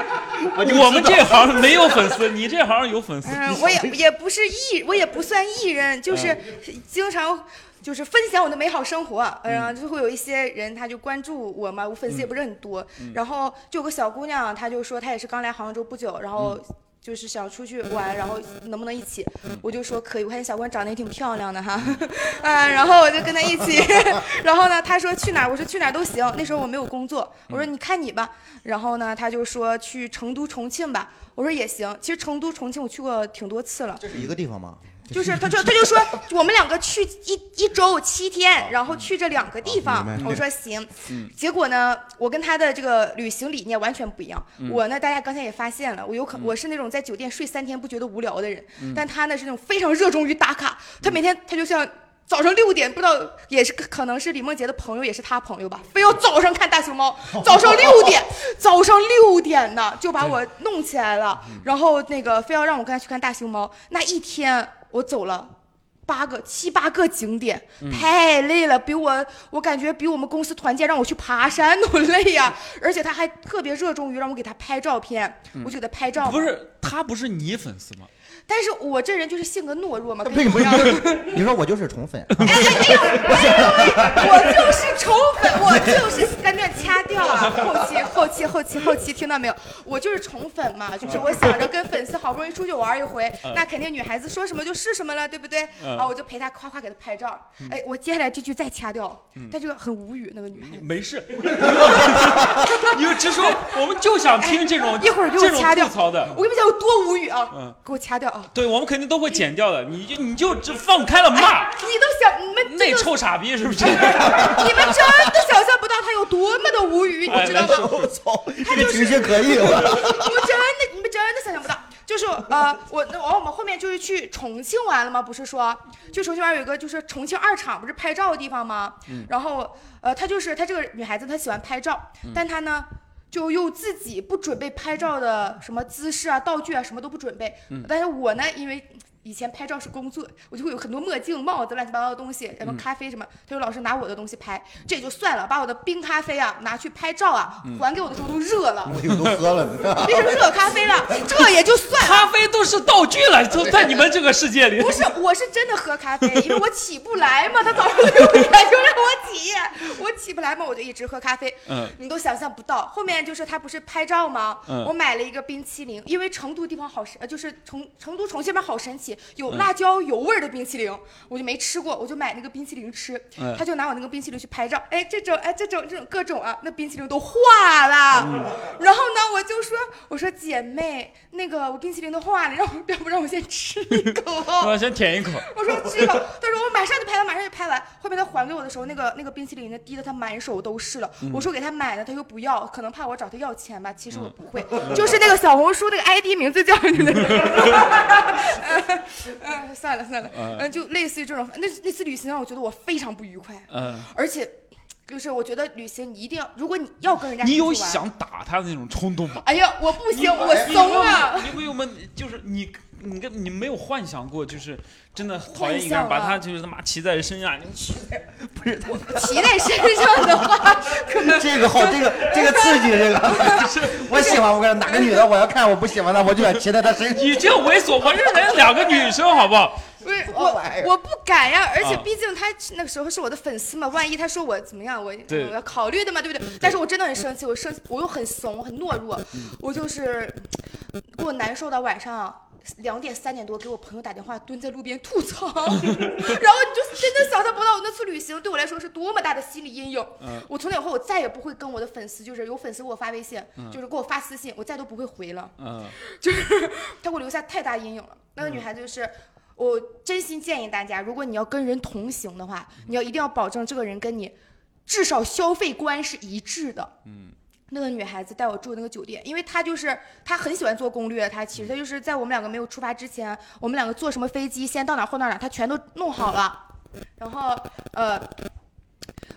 [SPEAKER 2] 就
[SPEAKER 1] 我们这行没有粉丝，你这行有粉丝。
[SPEAKER 3] 嗯，我也也不是艺，我也不算艺人，就是经常就是分享我的美好生活，呃然后就会有一些人他就关注我嘛，我粉丝也不是很多，然后就有个小姑娘，她就说她也是刚来杭州不久，然后。就是想出去玩，然后能不能一起？我就说可以，我看小姑娘长得也挺漂亮的哈， 啊，然后我就跟她一起， 然后呢，她说去哪儿，我说去哪儿都行。那时候我没有工作，我说你看你吧。然后呢，她就说去成都、重庆吧，我说也行。其实成都、重庆我去过挺多次了，
[SPEAKER 2] 这是一个地方吗？
[SPEAKER 3] 就是他说他就说我们两个去一一周七天，然后去这两个地
[SPEAKER 2] 哦
[SPEAKER 3] 方
[SPEAKER 2] 明。白
[SPEAKER 3] 我说行，结果呢，我跟他的这个旅行理念完全不一样。我呢，大家刚才也发现了，我有可我是那种在酒店睡三天不觉得无聊的人，但他呢是那种非常热衷于打卡，他每天他就像。早上六点，不知道也是可能是李梦洁的朋友，也是他朋友吧，非要早上看大熊猫，早上六点，早上六点呢就把我弄起来了，然后那个非要让我跟他去看大熊猫，那一天我走了。八个七八个景点，太累了，比我我感觉比我们公司团建让我去爬山都累呀、 而且他还特别热衷于让我给他拍照片，我就给他拍照嘛。
[SPEAKER 1] 嗯不，是他不是你粉丝吗？
[SPEAKER 3] 但是我这人就是性格懦弱嘛，
[SPEAKER 2] 不
[SPEAKER 3] 跟你
[SPEAKER 2] 不
[SPEAKER 3] 一样。
[SPEAKER 2] 你说我就是宠粉，
[SPEAKER 3] 哎哎哎呦，哎哎呦，我就是宠粉，我就是在那掐掉啊！后期后期期后期后期听到没有？我就是宠粉嘛，就是我想着跟粉丝好不容易出去玩一回
[SPEAKER 1] 嗯，
[SPEAKER 3] 那肯定女孩子说什么就是什么了，对不对？
[SPEAKER 1] 嗯
[SPEAKER 3] 啊，我就陪她夸夸给她拍照。哎，我接下来这句再掐掉
[SPEAKER 1] 嗯，
[SPEAKER 3] 但这个很无语，那个女孩子。
[SPEAKER 1] 没事， 你就直说，我们就想听这种
[SPEAKER 3] 哎一会儿给我
[SPEAKER 1] 这种
[SPEAKER 3] 掐掉
[SPEAKER 1] 吐槽的
[SPEAKER 3] 我。跟你们讲有多无语啊！
[SPEAKER 1] 嗯，
[SPEAKER 3] 给我掐掉啊！
[SPEAKER 1] 对，我们肯定都会剪掉的。你就你就只放开了骂
[SPEAKER 3] 哎你都想你们
[SPEAKER 1] 那
[SPEAKER 3] 这个
[SPEAKER 1] 臭傻逼，是不是？
[SPEAKER 3] 你们真的想象不到他有多么的无 语，
[SPEAKER 1] 哎
[SPEAKER 3] 你知道 吗？
[SPEAKER 2] 我操，哎这个情绪可以吗？
[SPEAKER 3] 我真的，你们真的想象不到。就是呃，我然后我们后面就是去重庆玩了吗？不是说，就重庆玩有一个就是重庆二厂，不是拍照的地方吗？然后呃，她就是她这个女孩子，她喜欢拍照，但她呢。就又自己不准备拍照的什么姿势啊、道具啊，什么都不准备。但是我呢，因为以前拍照是工作，我就会有很多墨镜、帽子、乱七八糟的东西，什么咖啡什么。他说老师拿我的东西拍，这也就算了，把我的冰咖啡啊拿去拍照啊，还给我的时候都热了，
[SPEAKER 2] 我以为都喝了，
[SPEAKER 3] 变成热咖啡
[SPEAKER 1] 哎
[SPEAKER 3] 了，这也就算了。
[SPEAKER 1] 咖啡都是道具了，都在你们这个世界里。
[SPEAKER 3] 不是，我是真的喝咖啡，因为我起不来嘛。他早上就让我起，我起不来嘛，我就一直喝咖啡。
[SPEAKER 1] 嗯，
[SPEAKER 3] 你都想象不到。后面就是他不是拍照吗？
[SPEAKER 1] 嗯
[SPEAKER 3] 我买了一个冰淇淋，因为成都地方好神，呃，就是成成都重庆那边好神奇，有
[SPEAKER 1] 嗯
[SPEAKER 3] 辣椒油味儿的冰淇淋，我就没吃过，我就买那个冰淇淋吃。
[SPEAKER 1] 嗯
[SPEAKER 3] 他就拿我那个冰淇淋去拍照，哎，这种哎这种这种各种啊，那冰淇淋都化了。
[SPEAKER 1] 嗯
[SPEAKER 3] 然后呢，我就说我说姐妹，那个我冰淇淋都化了，让我要不让我先吃一口。
[SPEAKER 1] 我先舔一口。
[SPEAKER 3] 我说吃吧，他说我马上就拍完，马上就拍完。后面他还给我的时候，那个那个冰淇淋的滴的他满手都是了。
[SPEAKER 1] 嗯
[SPEAKER 3] 我说给他买的，他又不要，可能怕我找他要钱吧。其实
[SPEAKER 1] 嗯
[SPEAKER 3] 我不 会，就是那个小红书那个 ID 名字叫你的。嗯，算了算了，
[SPEAKER 1] 嗯
[SPEAKER 3] 嗯，就类似于这种，那那次旅行让我觉得我非常不愉快，
[SPEAKER 1] 嗯，
[SPEAKER 3] 而且就是我觉得旅行你一定要，如果你要跟人家
[SPEAKER 1] 你
[SPEAKER 3] 出
[SPEAKER 1] 有
[SPEAKER 3] 去玩，
[SPEAKER 1] 想打他的那种冲动吗？
[SPEAKER 3] 哎呀，我不行，我
[SPEAKER 1] 你
[SPEAKER 3] 怂
[SPEAKER 1] 有没有
[SPEAKER 3] 了。
[SPEAKER 1] 你有没有就是你你跟你没有幻想过，就是真的讨厌一个
[SPEAKER 3] 幻
[SPEAKER 1] 人，
[SPEAKER 3] 想
[SPEAKER 1] 把
[SPEAKER 3] 啊
[SPEAKER 1] 他就是他妈骑在身上，你去
[SPEAKER 3] 骑在身上的话，可能
[SPEAKER 2] 这个好，这个这 个刺激，这个我喜欢。我跟你说哪个女的我要看我不喜欢的，我就想骑在她身上。
[SPEAKER 1] 你这猥琐，我认为两个女生好不好？
[SPEAKER 3] 不是
[SPEAKER 2] 我来
[SPEAKER 3] 我，我不敢呀、而且
[SPEAKER 1] 啊
[SPEAKER 3] 毕竟他那个时候是我的粉丝嘛，万一他说我怎么样，我
[SPEAKER 1] 对嗯
[SPEAKER 3] 我要考虑的嘛，对不对？但是我真的很生气，我生我又很怂，很懦弱，我就是给我难受到晚上。两点三点多给我朋友打电话，蹲在路边吐槽， 然后你就真的想象不到我那次旅行对我来说是多么大的心理阴影。
[SPEAKER 1] 嗯
[SPEAKER 3] 我从那以后我再也不会跟我的粉丝，就是有粉丝给我发微信，就是给我发私信，我再都不会回了。
[SPEAKER 1] 嗯，
[SPEAKER 3] 就是他给我留下太大阴影了。那个女孩子就是，我真心建议大家，如果你要跟人同行的话，你要一定要保证这个人跟你至少消费观是一致的。嗯。那个女孩子带我住那个酒店，因为她就是她很喜欢做攻略，她其实她就是在我们两个没有出发之前，我们两个坐什么飞机，先到哪儿后到哪儿，她全都弄好了。然后呃，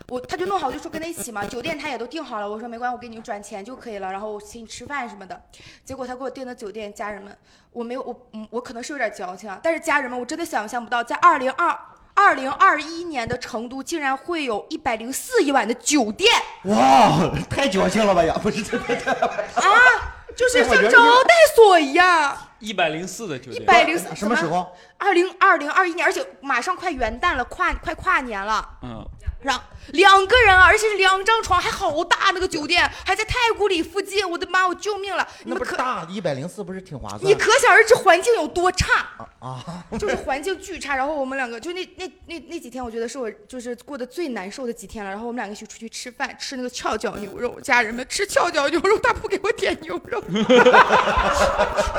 [SPEAKER 3] 我她就弄好，我就说跟她一起嘛，酒店她也都订好了，我说没关系，我给你转钱就可以了，然后我请你吃饭什么的。结果他给我订的酒店，家人们，我没有，我嗯，我可能是有点矫情啊，但是家人们，我真的想象不到，在二零二二零二一年的成都，竟然会有一百零四一晚的酒店，
[SPEAKER 2] 哇，太矫情了吧呀！不 是，
[SPEAKER 3] 啊就是像招待所一样，
[SPEAKER 1] 一百零四的酒
[SPEAKER 3] 一
[SPEAKER 1] 店，
[SPEAKER 3] 百零四
[SPEAKER 2] 什么时？候？
[SPEAKER 3] 二零二零二一年，而且马上快元旦了，跨快跨年了。
[SPEAKER 1] 嗯，
[SPEAKER 3] 让两个人啊，而且是两张床，还好大那个酒店，还在太古里附近，我的妈，我救命了！
[SPEAKER 2] 那
[SPEAKER 3] 你们
[SPEAKER 2] 不是
[SPEAKER 3] 可
[SPEAKER 2] 大一百零四，不是挺划
[SPEAKER 3] 你
[SPEAKER 2] 算？
[SPEAKER 3] 可想而知环境有多差
[SPEAKER 2] 啊，
[SPEAKER 3] 就是环境巨差，然后我们两个就那那那那几天，我觉得是我就是过得最难受的几天了。然后我们两个一起出去吃饭，吃那个翘脚牛肉，家人们吃翘脚牛肉，他不给我点牛肉，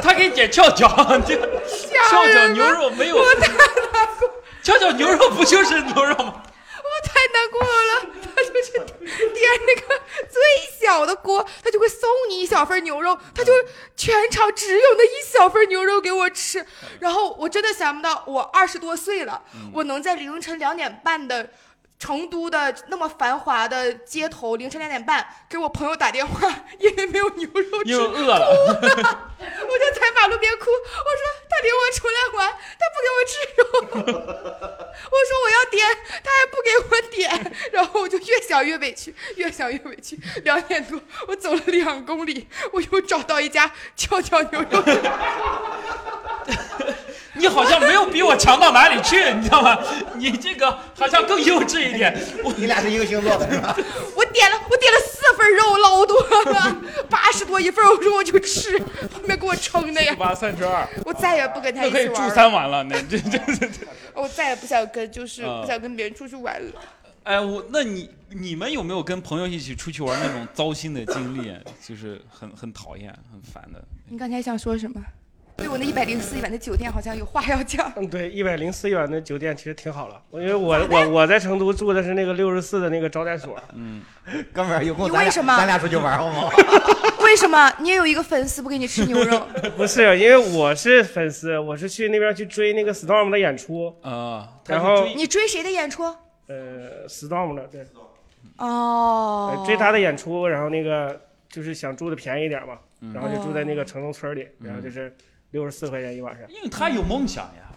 [SPEAKER 1] 他给你点翘脚，这
[SPEAKER 3] 家
[SPEAKER 1] 翘脚
[SPEAKER 3] 人们，
[SPEAKER 1] 牛肉没有，翘脚牛肉不就是牛肉吗？
[SPEAKER 3] 我太难过了。他就是点那个最小的锅，他就会送你一小份牛肉，他就全场只有那一小份牛肉给我吃。然后我真的想不到，我二十多岁了，
[SPEAKER 8] 嗯
[SPEAKER 3] 我能在凌晨两点半的。成都的那么繁华的街头，凌晨两点半给我朋友打电话，因为没有牛 肉吃，
[SPEAKER 1] 因为饿了，
[SPEAKER 3] 我就在马路边哭，我说他领我出来玩，他不给我吃肉， 我说我要点，他还不给我点，然后我就越想越委屈，越想越委屈。两点多，我走了两公里，我又找到一家跷跷牛肉店，
[SPEAKER 1] 你好像没有比我强到哪里去，你知道吗？你这个好像更幼稚一点。我
[SPEAKER 2] 你俩是一个星座的是吧？
[SPEAKER 3] 我点了，我点了四份肉捞多了，八十多一份儿，我说我就吃，后面给我撑的呀，
[SPEAKER 1] 八三十二，
[SPEAKER 3] 我再也不跟他
[SPEAKER 1] 那
[SPEAKER 3] 一
[SPEAKER 1] 可以
[SPEAKER 3] 起
[SPEAKER 1] 住
[SPEAKER 3] 玩
[SPEAKER 1] 三
[SPEAKER 3] 了，
[SPEAKER 1] 晚了， 那这这这。
[SPEAKER 3] 我再也不想跟就是
[SPEAKER 1] 啊
[SPEAKER 3] 不想跟别人出去玩了。
[SPEAKER 1] 哎，我那你你们有没有跟朋友一起出去玩那种糟心的经历？啊 就是很很讨厌、很烦的。
[SPEAKER 3] 你刚才想说什么？对我那一百零四晚的酒店好像有话要讲。
[SPEAKER 8] 嗯，对，一百零四元的酒店其实挺好了，因为我我我在成都住的是那个六十四的那个招待所，
[SPEAKER 1] 嗯，
[SPEAKER 2] 哥们儿，有空
[SPEAKER 3] 你
[SPEAKER 2] 咱
[SPEAKER 3] 为
[SPEAKER 2] 俩
[SPEAKER 3] 什么
[SPEAKER 2] 咱俩出去玩好吗？
[SPEAKER 3] 为什么你也有一个粉丝不给你吃牛肉？
[SPEAKER 8] 不是因为我是粉丝，我是去那边去追那个 Storm 的演出，
[SPEAKER 1] 啊，
[SPEAKER 8] 然后
[SPEAKER 3] 你追谁的演出？
[SPEAKER 8] 呃 Storm 的对，
[SPEAKER 3] 哦
[SPEAKER 8] 呃，追他的演出，然后那个就是想住的便宜一点嘛，
[SPEAKER 1] 嗯
[SPEAKER 8] 然后就住在那个城中村里，然后就是六十四块钱一晚上。
[SPEAKER 1] 因为哦他有梦想呀，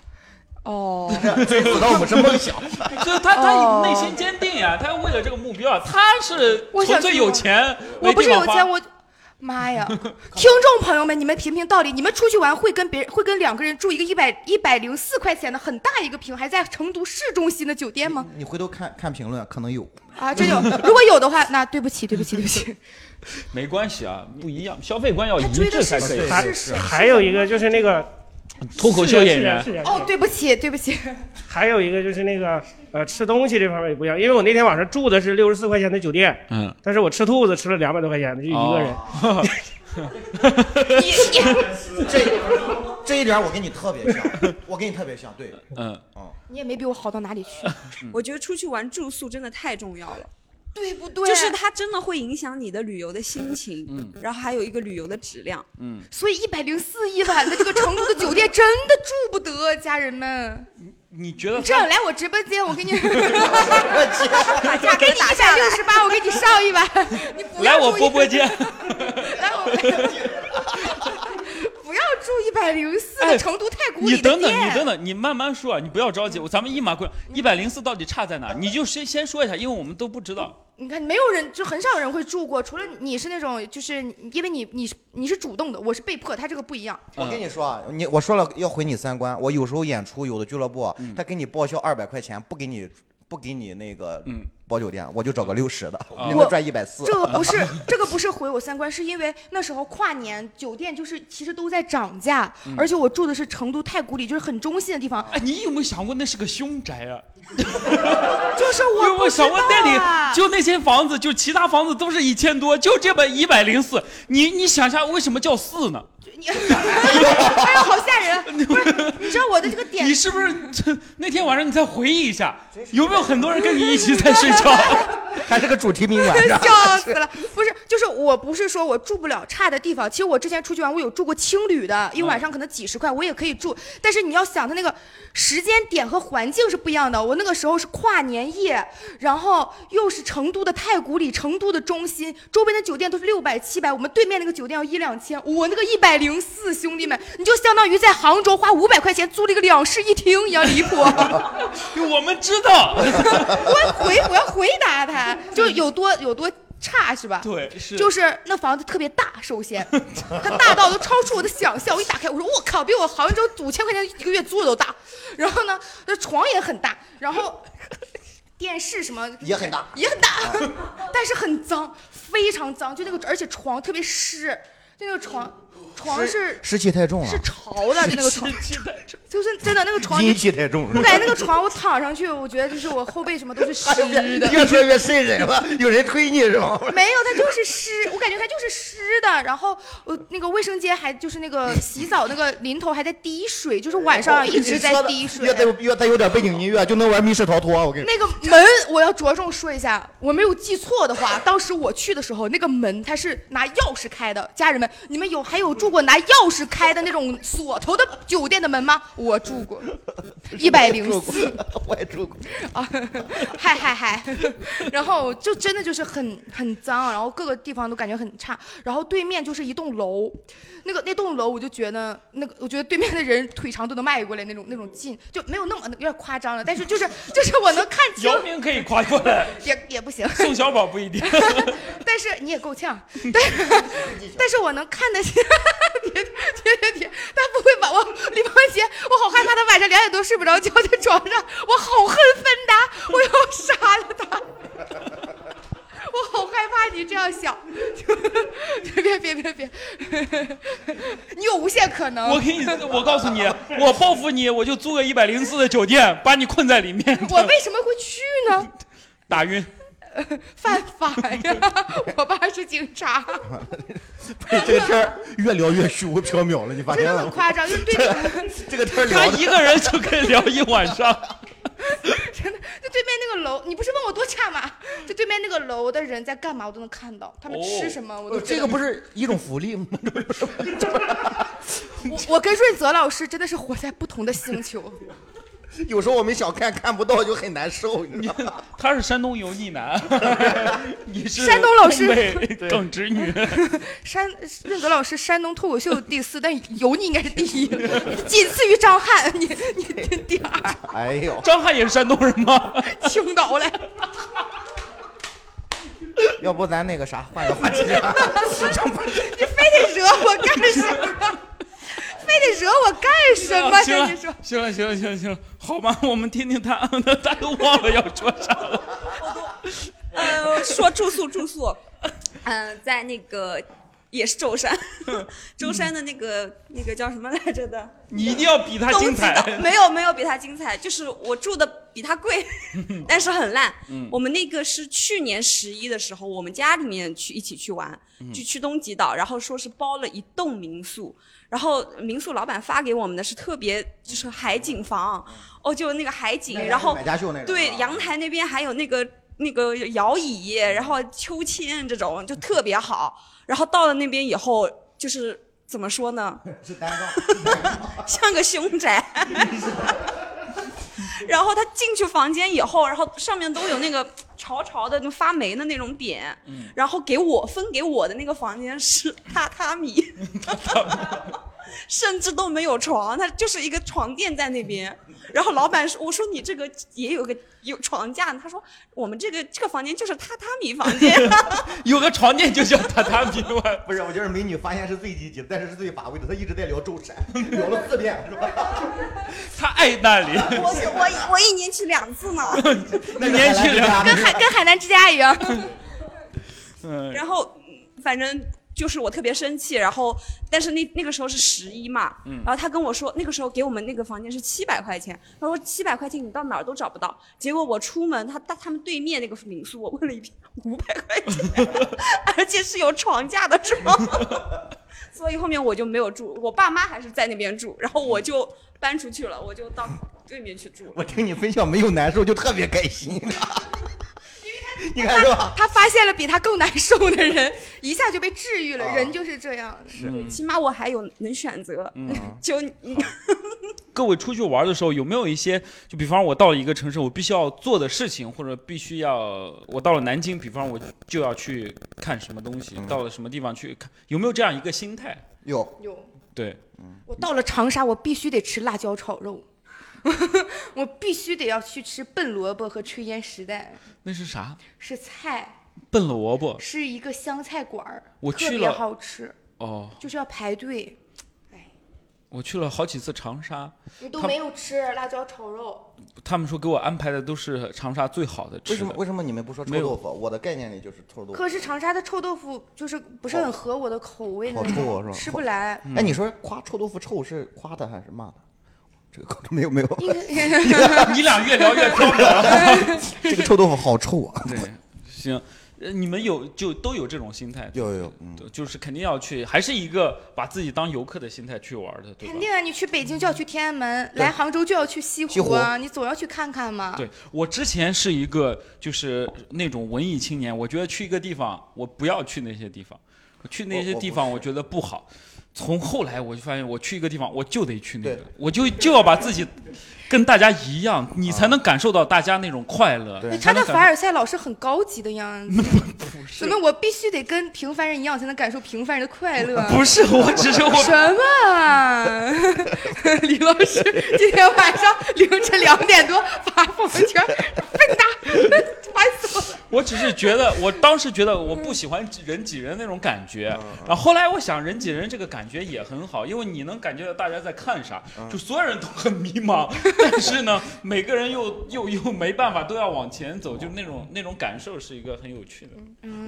[SPEAKER 3] 哦，
[SPEAKER 2] 追不到我们是梦想。
[SPEAKER 1] 就是他他有
[SPEAKER 3] 哦
[SPEAKER 1] 内心坚定呀，他为了这个目标，啊他是
[SPEAKER 3] 我
[SPEAKER 1] 纯
[SPEAKER 3] 想
[SPEAKER 1] 粹
[SPEAKER 3] 去
[SPEAKER 1] 有
[SPEAKER 3] 玩
[SPEAKER 1] 钱，
[SPEAKER 3] 我
[SPEAKER 1] 没
[SPEAKER 3] 不
[SPEAKER 1] 地
[SPEAKER 3] 是
[SPEAKER 1] 方
[SPEAKER 3] 有
[SPEAKER 1] 花
[SPEAKER 3] 钱，我妈 呀！听众朋友们，你们评评道理，你们出去玩会跟别人会跟两个人住一个一百一百零四块钱的很大一个平，还在成都市中心的酒店吗？
[SPEAKER 2] 你回头看看评论，可能有。
[SPEAKER 3] 啊，这有，如果有的话，那对不起，对不起，对不起。
[SPEAKER 1] 没关系啊，不一样，消费观要
[SPEAKER 3] 他
[SPEAKER 1] 一
[SPEAKER 3] 追
[SPEAKER 1] 致
[SPEAKER 3] 的
[SPEAKER 1] 哦才
[SPEAKER 3] 是
[SPEAKER 1] 可以。
[SPEAKER 8] 还
[SPEAKER 3] 是是
[SPEAKER 8] 还有一个就是那个
[SPEAKER 1] 脱口秀演员
[SPEAKER 8] 是啊是啊是啊
[SPEAKER 3] 哦，对不起，对不起。
[SPEAKER 8] 还有一个就是那个呃吃东西这方面也不一样，因为我那天晚上住的是六十四块钱的酒店，
[SPEAKER 1] 嗯，哦
[SPEAKER 8] 但是我吃兔子吃了两百多块钱的，就一个人。
[SPEAKER 3] 你你
[SPEAKER 2] 这一点我跟你特别像，我跟你特别像，对，
[SPEAKER 1] 嗯，
[SPEAKER 3] 你也没比我好到哪里去，
[SPEAKER 4] 我觉得出去玩住宿真的太重要了，
[SPEAKER 3] 对不对？
[SPEAKER 4] 就是，它真的会影响你的旅游的心情，
[SPEAKER 1] 嗯
[SPEAKER 4] 然后还有一个旅游的质量。
[SPEAKER 3] 所以一百零四一晚的这个成都的酒店真的住不得，家人们。
[SPEAKER 1] 你觉得
[SPEAKER 3] 这样来我直播间，我给你， 我给你一百六十八，我给你上一晚，你不
[SPEAKER 1] 来
[SPEAKER 3] 要
[SPEAKER 1] 我
[SPEAKER 3] 注意
[SPEAKER 1] 波波间，
[SPEAKER 3] 来我不要住一百零四
[SPEAKER 1] 哎
[SPEAKER 3] 成都太古
[SPEAKER 1] 你
[SPEAKER 3] 里的
[SPEAKER 1] 等等，
[SPEAKER 3] 店。
[SPEAKER 1] 你等等，你慢慢说啊，你不要着急，我咱们一码归一百零四到底差在哪？你就先先说一下，因为我们都不知道。
[SPEAKER 3] 你看，没有人就很少有人会住过，除了你是那种，就是因为你你是你是主动的，我是被迫，他这个不一样。
[SPEAKER 1] 嗯
[SPEAKER 2] 我跟你说啊，你我说了要毁你三观。我有时候演出，有的俱乐部啊
[SPEAKER 1] 嗯
[SPEAKER 2] 他给你报销二百块钱，不给你不给你那个
[SPEAKER 1] 嗯
[SPEAKER 2] 包酒店，我就找个六十的，
[SPEAKER 1] 啊
[SPEAKER 2] 你能赚一百四
[SPEAKER 3] 这。个 不是这个不是毁我三观，是因为那时候跨年酒店就是其实都在涨价，
[SPEAKER 2] 嗯
[SPEAKER 3] 而且我住的是成都太古里，就是很中心的地方，
[SPEAKER 1] 哎，你有没有想过那是个凶宅啊？
[SPEAKER 3] 就是
[SPEAKER 1] 因为
[SPEAKER 3] 我
[SPEAKER 1] 我
[SPEAKER 3] 不知道
[SPEAKER 1] 想
[SPEAKER 3] 啊
[SPEAKER 1] 过那里就那些房子，就其他房子都是一千多，就这么一百零四。你你想一下，为什么叫四呢？
[SPEAKER 3] 你， 哎呀，好吓人！不是，你知道我的 这个点
[SPEAKER 1] 你是不是这那天晚上你再回忆一下，有没有很多人跟你一起在睡 觉？
[SPEAKER 2] 还是个主题宾馆，是吧
[SPEAKER 3] 笑死了！不是，就是我不是说我住不了差的地方，其实我之前出去玩，我有住过青旅的，一晚上可能几十块，我也可以住。但是你要想，它那个时间点和环境是不一样的。我那个时候是跨年夜，然后又是成都的太古里，成都的中心，周边的酒店都是六百、七百，我们对面那个酒店要一两千，我那个一百零四，兄弟们，你就相当于在杭州花五百块钱租了一个两室一厅一样离谱。
[SPEAKER 1] 我们知道，
[SPEAKER 3] 我要回我要回答他，就是有多有多差是吧？
[SPEAKER 1] 对，是
[SPEAKER 3] 就是那房子特别大，首先它大到都超出我的想象。我一打开，我说我靠，比我杭州五千块钱一个月租的都大。然后呢，这床也很大，然后电视什么
[SPEAKER 2] 也很 大。啊
[SPEAKER 3] 也很大，但是很脏，非常脏，就那个而且床特别湿，就那个床床是
[SPEAKER 2] 湿气太重了
[SPEAKER 3] 是， 潮的，就那个床， 就是真的那个床就
[SPEAKER 2] 阴气太重了。哎
[SPEAKER 3] 我感觉那个床，我躺上去，我觉得就是我后背什么都 是湿的。
[SPEAKER 2] 越说越瘆人了，有人推你是 吗？
[SPEAKER 3] 没有，它就是湿，我感觉它就是湿的。然后我那个卫生间还就是那个洗澡那个淋头还在滴水，就是晚
[SPEAKER 2] 哦
[SPEAKER 3] 上一直在滴水
[SPEAKER 2] 越。带越带有点背景音乐就能玩密室逃脱，啊我跟你
[SPEAKER 3] 那个门我要着重说一下，我没有记错的话，当时我去的时候，那个门它是拿钥匙开的。家人们，你们有还有住过拿钥匙开的那种锁头的酒店的门吗？我 住过，一百零四。
[SPEAKER 2] 说，我也住过。
[SPEAKER 3] 啊，嗨嗨嗨， 然后就真的就是很很脏，然后各个地方都感觉很差，然后对面就是一栋楼，那个那栋楼我就觉得那个我觉得对面的人腿长都能迈过来那种那种劲，就没有那么有点夸张了，但是就是就是我能看清
[SPEAKER 1] 姚明可以夸过来，
[SPEAKER 3] 也也不行，
[SPEAKER 1] 宋小宝不一定。
[SPEAKER 3] 但是你也够呛，但是但是我能看得见，别别别别，他不会把我李梦洁，我好害怕，他晚上两点多睡不着觉在床上，我好恨芬达，我要杀了他，我好害怕你这样想，别别别别，你有无限可 能。
[SPEAKER 1] 我给你，我告诉你，我报复你，我就租个一百零四的酒店，把你困在里面。
[SPEAKER 3] 我为什么会去呢？
[SPEAKER 1] 打晕。
[SPEAKER 3] 犯法呀！我爸是警察，
[SPEAKER 2] 被这个天儿越聊越虚无缥缈了，你发
[SPEAKER 3] 真
[SPEAKER 2] 现了
[SPEAKER 3] 的很
[SPEAKER 2] 吗？
[SPEAKER 3] 夸张，就是对面
[SPEAKER 2] 这个天儿
[SPEAKER 1] 他
[SPEAKER 2] 聊
[SPEAKER 1] 一个人就可以聊一晚上。
[SPEAKER 3] 就对面那个楼，你不是问我多差吗？就对面那个楼的人在干嘛，我都能看到，他们
[SPEAKER 1] 哦
[SPEAKER 3] 吃什么我都
[SPEAKER 2] 的，哦
[SPEAKER 3] 知
[SPEAKER 2] 呃这
[SPEAKER 3] 道
[SPEAKER 2] 个不是一种福利吗？
[SPEAKER 3] 我我跟润泽老师真的是活在不同的星球，
[SPEAKER 2] 有时候我们想看看不到就很难受，你知道吗？
[SPEAKER 1] 他是山东油 腻男，你是
[SPEAKER 3] 山东老师
[SPEAKER 1] 东北耿直女。
[SPEAKER 3] 山润泽老师山东脱口秀第四，但油腻应该是第一， 仅次于张翰，你你你第二，
[SPEAKER 2] 哎呦，
[SPEAKER 1] 张翰也是山东人吗？
[SPEAKER 3] 青岛来，
[SPEAKER 2] 要不咱那个啥，换个话题。
[SPEAKER 3] 你非得惹我干什么？非得惹我干什么？
[SPEAKER 1] 啊行了
[SPEAKER 3] 跟你说，，
[SPEAKER 1] 行了，行了，行了，行了，好吧，我们听听他， 他都忘了要说啥了。
[SPEAKER 4] 呃，说住宿住宿，嗯、在那个也是舟山， 舟山的那个那个叫什么来着的？
[SPEAKER 1] 你一定要比他
[SPEAKER 4] 东
[SPEAKER 1] 精
[SPEAKER 4] 极岛
[SPEAKER 1] 彩。
[SPEAKER 4] 没有没有比它精彩，就是我住的比 它贵，但是很烂。
[SPEAKER 1] 嗯
[SPEAKER 4] 我们那个是去年十一的时候，我们家里面去一起去玩，
[SPEAKER 1] 嗯
[SPEAKER 4] 就去东极岛，然后说是包了一栋民宿，然后民宿老板发给我们的是特别就是海景房，
[SPEAKER 1] 嗯
[SPEAKER 4] 哦，就那个海景，然后
[SPEAKER 2] 买家秀那种，啊
[SPEAKER 4] 对，阳台那边还有那个那个摇椅，然后秋千这种就特别好。然后到了那边以后，就是怎么说呢，
[SPEAKER 2] 是单杠，
[SPEAKER 4] 像个凶宅。然后他进去房间以后，然后上面都有那个潮潮的、那发霉的那种点，然后给我分给我的那个房间是 榻榻米，甚至都没有床，它就是一个床垫在那边。然后老板说：“我说你这个也有个有床架呢。”他说：“我们这个这个房间就是榻榻米房间。”
[SPEAKER 1] 有个床垫就叫榻榻米，我
[SPEAKER 2] 不是，我觉得美女发现是最积极的，但是是最乏味的。她一直在聊舟 山，聊了 四遍，是吧？
[SPEAKER 1] 他爱那里，
[SPEAKER 4] 我我我一年去两次呢。
[SPEAKER 1] 一年去两。
[SPEAKER 3] 跟海跟海南之家一样。
[SPEAKER 1] 嗯，
[SPEAKER 4] 然后嗯反正就是我特别生气，然后但是那那个时候是十一嘛，然后他跟我说那个时候给我们那个房间是七百块钱，他说七百块钱你到哪儿都找不到，结果我出门他他他们对面那个民宿我问了一遍五百块钱， 而且是有床架的床， 所以后面我就没有住，我爸妈还是在那边住，然后我就搬出去了，我就到对面去住了。
[SPEAKER 2] 我听你分享没有难受，就特别开心。你看是吧？
[SPEAKER 3] 他发现了比他更难受的人，一下就被治愈了。人就是这样，
[SPEAKER 4] 起码我还有能选择，就你
[SPEAKER 1] 各位出去玩的时候有没有一些，就比方我到了一个城市，我必须要做的事情，或者必须要我到了南京，比方我就要去看什么东西，到了什么地方去看，有没有这样一个心态？
[SPEAKER 2] 嗯有
[SPEAKER 3] 有。
[SPEAKER 1] 对，
[SPEAKER 3] 我到了长沙，我必须得吃辣椒炒肉，我必须得要去吃笨萝卜和炊烟时代，
[SPEAKER 1] 那是啥？
[SPEAKER 3] 是菜，
[SPEAKER 1] 笨萝卜
[SPEAKER 3] 是一个湘菜馆儿，
[SPEAKER 1] 我去
[SPEAKER 3] 特别
[SPEAKER 1] 了
[SPEAKER 3] 好吃，
[SPEAKER 1] 哦，
[SPEAKER 3] 就是要排队。
[SPEAKER 1] 我去了好几次长沙，
[SPEAKER 3] 你都
[SPEAKER 1] 他
[SPEAKER 3] 没有吃辣椒炒肉，
[SPEAKER 1] 他们说给我安排的都是长沙最好的吃
[SPEAKER 2] 为
[SPEAKER 1] 的。
[SPEAKER 2] 什么？为什么你们不说臭
[SPEAKER 1] 没有
[SPEAKER 2] 豆腐？我的概念里就是臭豆腐。
[SPEAKER 3] 可是长沙的臭豆腐就是不是很合我的口味
[SPEAKER 2] 好
[SPEAKER 3] 那
[SPEAKER 2] 臭啊
[SPEAKER 3] 种，
[SPEAKER 2] 是吧
[SPEAKER 3] 吃不来。
[SPEAKER 2] 哎，你说夸臭豆腐臭是夸他还是骂他？这个口没有没有，
[SPEAKER 1] 你俩越聊越飘渺。
[SPEAKER 2] 这个臭豆腐好臭啊！
[SPEAKER 1] 对，行，呃你们有就都有这种心态，
[SPEAKER 2] 有有有，嗯，
[SPEAKER 1] 对就是肯定要去，还是一个把自己当游客的心态去玩的，对吧
[SPEAKER 3] 肯？定啊，你去北京就要去天安门，来杭州就要去西
[SPEAKER 2] 西
[SPEAKER 3] 湖啊，你总要去看看嘛。
[SPEAKER 1] 对我之前是一个就是那种文艺青年，我觉得去一个地方，我不要去那些地方，我去那些地方我觉得不好。从后来我就发现，我去一个地方，我就得去那个
[SPEAKER 2] 对，
[SPEAKER 1] 我就就要把自己跟大家一样，你才能感受到大家那种快乐。
[SPEAKER 2] 啊对
[SPEAKER 1] 你才
[SPEAKER 3] 他的
[SPEAKER 1] 能
[SPEAKER 3] 凡
[SPEAKER 1] 感
[SPEAKER 3] 尔赛老是很高级的样子，怎么我必须得跟平凡人一样才能感受平凡人的快乐？
[SPEAKER 1] 啊不是，我只是我
[SPEAKER 3] 什么啊！ 李老师今天晚上凌晨两点多发朋友圈，笨蛋， 烦死我了！
[SPEAKER 1] 我只是觉得，我当时觉得我
[SPEAKER 3] 嗯
[SPEAKER 1] 不喜欢人挤人那种感觉，
[SPEAKER 2] 啊
[SPEAKER 1] 然后后来我想人挤人这个感觉也很好，因为你能感觉到大家在看啥，
[SPEAKER 2] 啊
[SPEAKER 1] 就所有人都很迷 茫，但是呢，每
[SPEAKER 2] 啊
[SPEAKER 3] 嗯
[SPEAKER 1] 个人又又又没办法，都要往前走，就那种那种感受是一个很有趣的。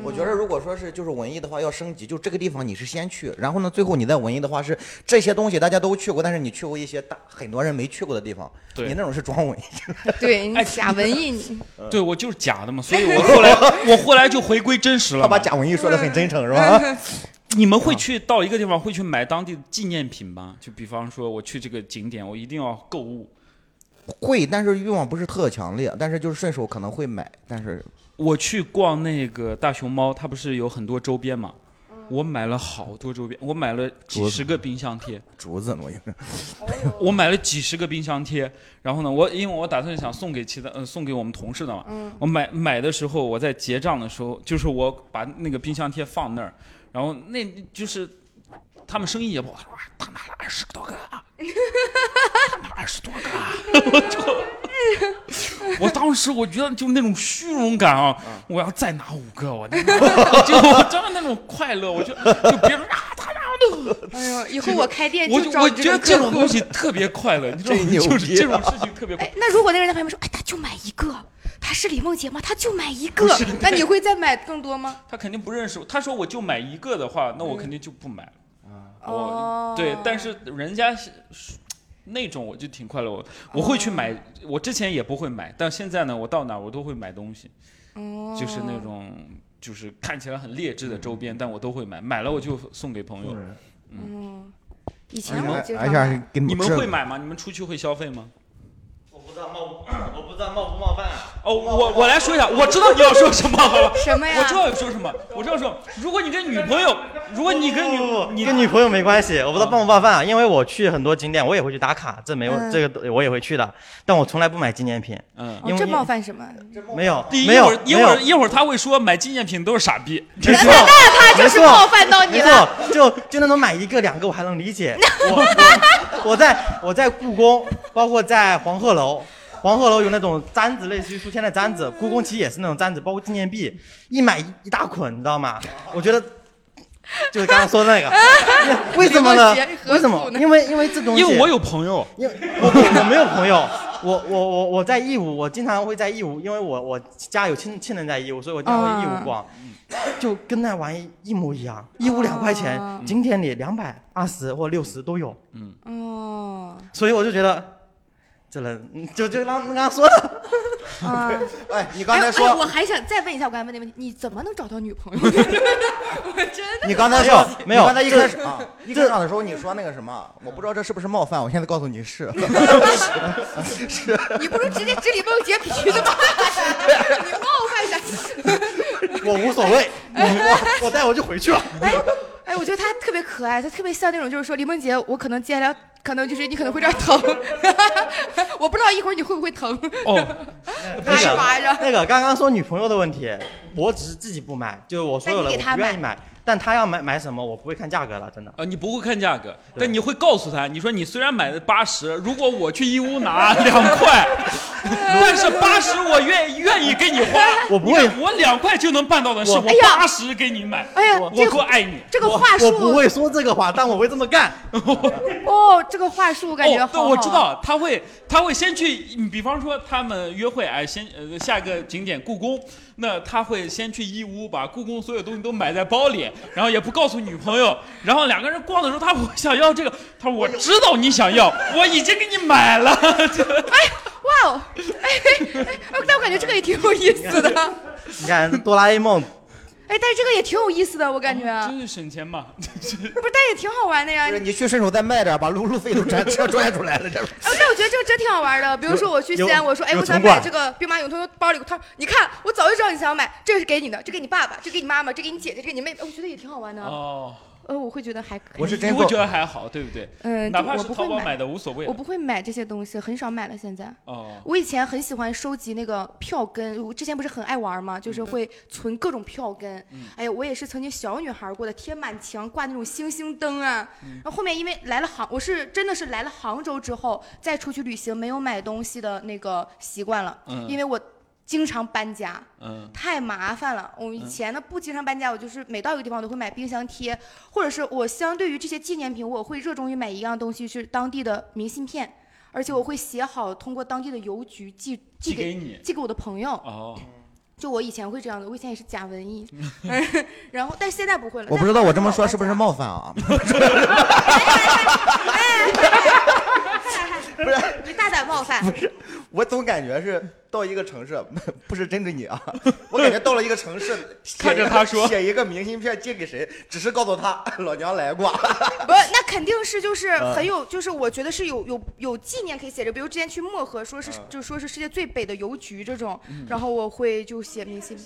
[SPEAKER 2] 我觉得如果说是就是文艺的话，要升级，就这个地方你是先去，然后呢，最后你在文艺的话是这些东西大家都去过，但是你去过一些大很多人没去过的地方，
[SPEAKER 1] 对
[SPEAKER 2] 你那种是装文艺。
[SPEAKER 3] 对，你假文艺，你
[SPEAKER 1] 哎 对我就是假的 嘛，所以我后来我后来就回归真实了嘛。
[SPEAKER 2] 他把假文艺说的很真诚是 吧？
[SPEAKER 1] 你们会去到一个地方，会去买当地的纪念品吗？就比方说，我去这个景点，我一定要购物。
[SPEAKER 2] 会，但是欲望不是特强烈，但是就是顺手可能会买，但 是
[SPEAKER 1] 我去逛那个大熊猫，它不是有很多周边嘛？我买了好多周边，我买了几十个冰箱贴，
[SPEAKER 2] 竹子我就是
[SPEAKER 1] 我买了几十个冰箱贴。然后呢，我因为我打算想送给其他呃送给我们同事的嘛，
[SPEAKER 3] 嗯
[SPEAKER 1] 我买买的时候，我在结账的时候，就是我把那个冰箱贴放那儿，然后那就是他们生意也不好，哇，他买了二十多个啊，他买了二十多个啊， 我就，我当时我觉得就那种虚荣感啊，
[SPEAKER 2] 嗯
[SPEAKER 1] 我要再拿五 个，我就 我真的那种快乐，我就就别人啊，他妈的，
[SPEAKER 3] 哎呦，以后我开店
[SPEAKER 1] 我
[SPEAKER 3] 就
[SPEAKER 1] 就
[SPEAKER 3] 找
[SPEAKER 1] 我
[SPEAKER 3] 你
[SPEAKER 1] 觉得这
[SPEAKER 3] 这
[SPEAKER 1] 种
[SPEAKER 3] 种
[SPEAKER 1] 东西特别快乐，你知道
[SPEAKER 2] 真牛
[SPEAKER 1] 吗？就是
[SPEAKER 2] 逼啊
[SPEAKER 1] 这种事情特别快乐。
[SPEAKER 3] 哎，那如果那个人在旁边说，哎，他就买一个，他是李梦洁吗？他就买一个，那你会再买更多吗？
[SPEAKER 1] 他肯定不认识我。他说我就买一个的话，那我肯定就不买了。我
[SPEAKER 3] 哦
[SPEAKER 1] 对，但是人家是是那种我就挺快乐，我我会去买。我之前也不会买，但现在呢，我到哪儿我都会买东西，
[SPEAKER 3] 哦
[SPEAKER 1] 就是那种就是看起来很劣质的周边，但我都会买。买了我就送给朋友。
[SPEAKER 8] 哦
[SPEAKER 3] 嗯，以前我经
[SPEAKER 2] 而
[SPEAKER 3] 常
[SPEAKER 2] 且还是
[SPEAKER 3] 买
[SPEAKER 2] 给你
[SPEAKER 1] 你们
[SPEAKER 2] 这
[SPEAKER 1] 会买吗？你们出去会消费吗？
[SPEAKER 9] 我不知道冒不，我不知道冒不冒犯啊。
[SPEAKER 1] 哦，我我来说一下，我知道你要说什么，好吧？
[SPEAKER 3] 什么呀？
[SPEAKER 1] 我知道你说什么，我知道说，如果你跟女朋友，如果你跟女
[SPEAKER 9] 不
[SPEAKER 1] 你
[SPEAKER 9] 跟女朋友没关系，我不知道冒不冒犯啊，因为我去很多景点，我也会去打卡，这没有这个我也会去的，但我从来不买纪念品，
[SPEAKER 1] 嗯。
[SPEAKER 3] 哦，这冒犯什么？
[SPEAKER 9] 没有
[SPEAKER 1] 第一
[SPEAKER 9] 没
[SPEAKER 1] 一会
[SPEAKER 9] 有
[SPEAKER 1] 儿一
[SPEAKER 9] 没
[SPEAKER 1] 会儿
[SPEAKER 9] 有，
[SPEAKER 1] 一会儿他会说买纪念品都是傻逼，
[SPEAKER 9] 没错。
[SPEAKER 3] 他就是
[SPEAKER 9] 没错
[SPEAKER 3] 冒犯到你
[SPEAKER 9] 没
[SPEAKER 3] 了。
[SPEAKER 9] 错，就就那种买一个两个我还能理 解。我我我在我在故宫，包括在黄鹤楼，黄鹤楼有那种簪子，类似于书签的簪子，故宫其实也是那种簪子，包括纪念币，一买一一大捆，你知道吗？我觉得。就是刚刚说的 那个，为什么呢
[SPEAKER 3] 李梦洁？何苦呢
[SPEAKER 9] 为什么？ 因为因为这东西，
[SPEAKER 1] 因为我有朋友，
[SPEAKER 9] 因为我我我没有朋友，我我我我在义乌，我经常会在义乌，因为我我家有亲亲人在义乌，所以我经常会义乌逛，就跟那玩意一模一样，义乌两块钱，景点里两百、二十或六十都有，
[SPEAKER 3] 哦，
[SPEAKER 9] 所以我就觉得。这人嗯就就刚刚刚说的，
[SPEAKER 3] 啊，
[SPEAKER 2] 哎，你刚才
[SPEAKER 3] 哎呦哎我
[SPEAKER 2] 说，
[SPEAKER 3] 还想再问一下我刚才问的问题，你怎么能找到女朋友？ 我真的
[SPEAKER 2] 你刚才说
[SPEAKER 9] 没有没有
[SPEAKER 2] 你刚才一
[SPEAKER 9] 这
[SPEAKER 2] 开始啊，一开场的时候你说那个什么，我不知道这是不是冒犯，我现在告诉你是。
[SPEAKER 3] 你不如直接指李梦洁比喻的吗？你冒犯一下。
[SPEAKER 9] 我无所 谓，我我我待会儿就回去了。
[SPEAKER 3] 哎，我觉得他特别可爱，他特别像那种就是说李梦洁，我可能接下来可能就是你可能会这样疼， 我不知道一会儿你会不会疼，
[SPEAKER 1] 哦，
[SPEAKER 9] 那
[SPEAKER 3] 干
[SPEAKER 9] 个
[SPEAKER 3] 嘛呀
[SPEAKER 9] 那个刚刚说女朋友的问题，我只是自己不买，就是我所有
[SPEAKER 3] 那
[SPEAKER 9] 的
[SPEAKER 3] 你
[SPEAKER 9] 我
[SPEAKER 3] 给他
[SPEAKER 9] 不愿意买，但他要买买什么，我不会看价格了，真的。
[SPEAKER 1] 呃，你不会看价格，
[SPEAKER 9] 对
[SPEAKER 1] 但你会告诉他，你说你虽然买的八十，如果我去义乌 拿两块，但是八十我愿愿意给你花，
[SPEAKER 9] 我不会
[SPEAKER 1] 你看我两块就能办到的事，
[SPEAKER 9] 我
[SPEAKER 1] 我
[SPEAKER 3] 哎呀
[SPEAKER 1] 八十给你买，
[SPEAKER 3] 哎 呀
[SPEAKER 1] 我
[SPEAKER 3] 这
[SPEAKER 1] 多爱你。
[SPEAKER 3] 这个
[SPEAKER 9] 我
[SPEAKER 3] 话术
[SPEAKER 9] 我不会说这个话，但我会这么干。
[SPEAKER 3] 哦，这个话术我感觉
[SPEAKER 1] 哦，对，
[SPEAKER 3] 好好、啊
[SPEAKER 1] 我知，道他会，他会先去，嗯你比方说他们约会，哎，先呃下一个景点故宫，那他会先去义乌，把故宫所有东西都买在包里，然后也不告诉女朋友，然后两个人逛的时候，他我想要这个，他说我知道你想要，我已经给你买 了，
[SPEAKER 3] 哇哦，哎，哎哎但我感觉这个也挺有意思的，
[SPEAKER 9] 你看《哆啦 A 梦》
[SPEAKER 3] 哎，但是这个也挺有意思的，我感觉，
[SPEAKER 1] 哦
[SPEAKER 3] 啊
[SPEAKER 1] 真是省钱嘛，
[SPEAKER 3] 不是，但也挺好玩的呀。
[SPEAKER 2] 就是
[SPEAKER 3] 哎，
[SPEAKER 2] 你去顺手再卖点，把路路费都 赚赚赚出来了，这不是
[SPEAKER 3] 但我觉得这个真挺好玩的。比如说我去西安，
[SPEAKER 9] 有
[SPEAKER 3] 我说，哎，
[SPEAKER 9] 有
[SPEAKER 3] 我想
[SPEAKER 9] 存
[SPEAKER 3] 买
[SPEAKER 9] 款
[SPEAKER 3] 这个兵马俑，他说包里有他说，你看，我早就知道你想要买，这个是给你的，这给你爸爸，这给你妈妈，这给你姐姐，这给你妹妹，我觉得也挺好玩的。
[SPEAKER 1] 哦，
[SPEAKER 3] 呃，我会觉得还可以。
[SPEAKER 2] 我是
[SPEAKER 1] 你
[SPEAKER 2] 真
[SPEAKER 1] 会
[SPEAKER 2] 够
[SPEAKER 1] 觉得还好，对不对？
[SPEAKER 3] 嗯，
[SPEAKER 1] 哪
[SPEAKER 3] 就
[SPEAKER 1] 怕
[SPEAKER 3] 我
[SPEAKER 1] 是
[SPEAKER 3] 不
[SPEAKER 1] 淘
[SPEAKER 3] 会
[SPEAKER 1] 宝
[SPEAKER 3] 买
[SPEAKER 1] 买的无所谓
[SPEAKER 3] 我，不会买这些东西，很少买了。现在
[SPEAKER 1] 哦，
[SPEAKER 3] 我以前很喜欢收集那个票根，我之前不是很爱玩
[SPEAKER 1] 嗯
[SPEAKER 3] 嘛，就是会存各种票根。哎呀，我也是曾经小女孩过的，贴满墙挂那种星星灯啊。
[SPEAKER 1] 嗯
[SPEAKER 3] 然后后面因为来了杭，我是真的是来了杭州之后再出去旅行，没有买东西的那个习惯了，
[SPEAKER 1] 嗯
[SPEAKER 3] 因为我经常搬家。
[SPEAKER 1] 嗯，
[SPEAKER 3] 太麻烦了。我以前呢不经常搬家，我就是每到一个地方我都会买冰箱贴，或者是我相对于这些纪念品，我会热衷于买一样东西，是当地的明信片，而且我会写好，通过当地的邮局寄寄
[SPEAKER 1] 寄
[SPEAKER 3] 给
[SPEAKER 1] 给你，
[SPEAKER 3] 寄给我的朋友。
[SPEAKER 1] 哦，
[SPEAKER 3] 就我以前会这样的，我以前也是假 文艺， 然后但是现在不会了。
[SPEAKER 2] 我不知道我这么说是不是冒犯啊？
[SPEAKER 3] 不是，
[SPEAKER 1] 嗯
[SPEAKER 3] 你大胆冒犯。
[SPEAKER 2] 我总感觉是到一个城市，不是针对你啊，我感觉到了一个城市，
[SPEAKER 1] 看着他说
[SPEAKER 2] 写一个明信片寄给谁，只是告诉他老娘来过。
[SPEAKER 3] 不，那肯定是就是
[SPEAKER 2] 嗯
[SPEAKER 3] 很有，就是我觉得是有有有纪念可以写着，比如之前去漠河，说是
[SPEAKER 1] 嗯
[SPEAKER 3] 就说是世界最北的邮局这种
[SPEAKER 10] 嗯，
[SPEAKER 3] 然后我会就写明信。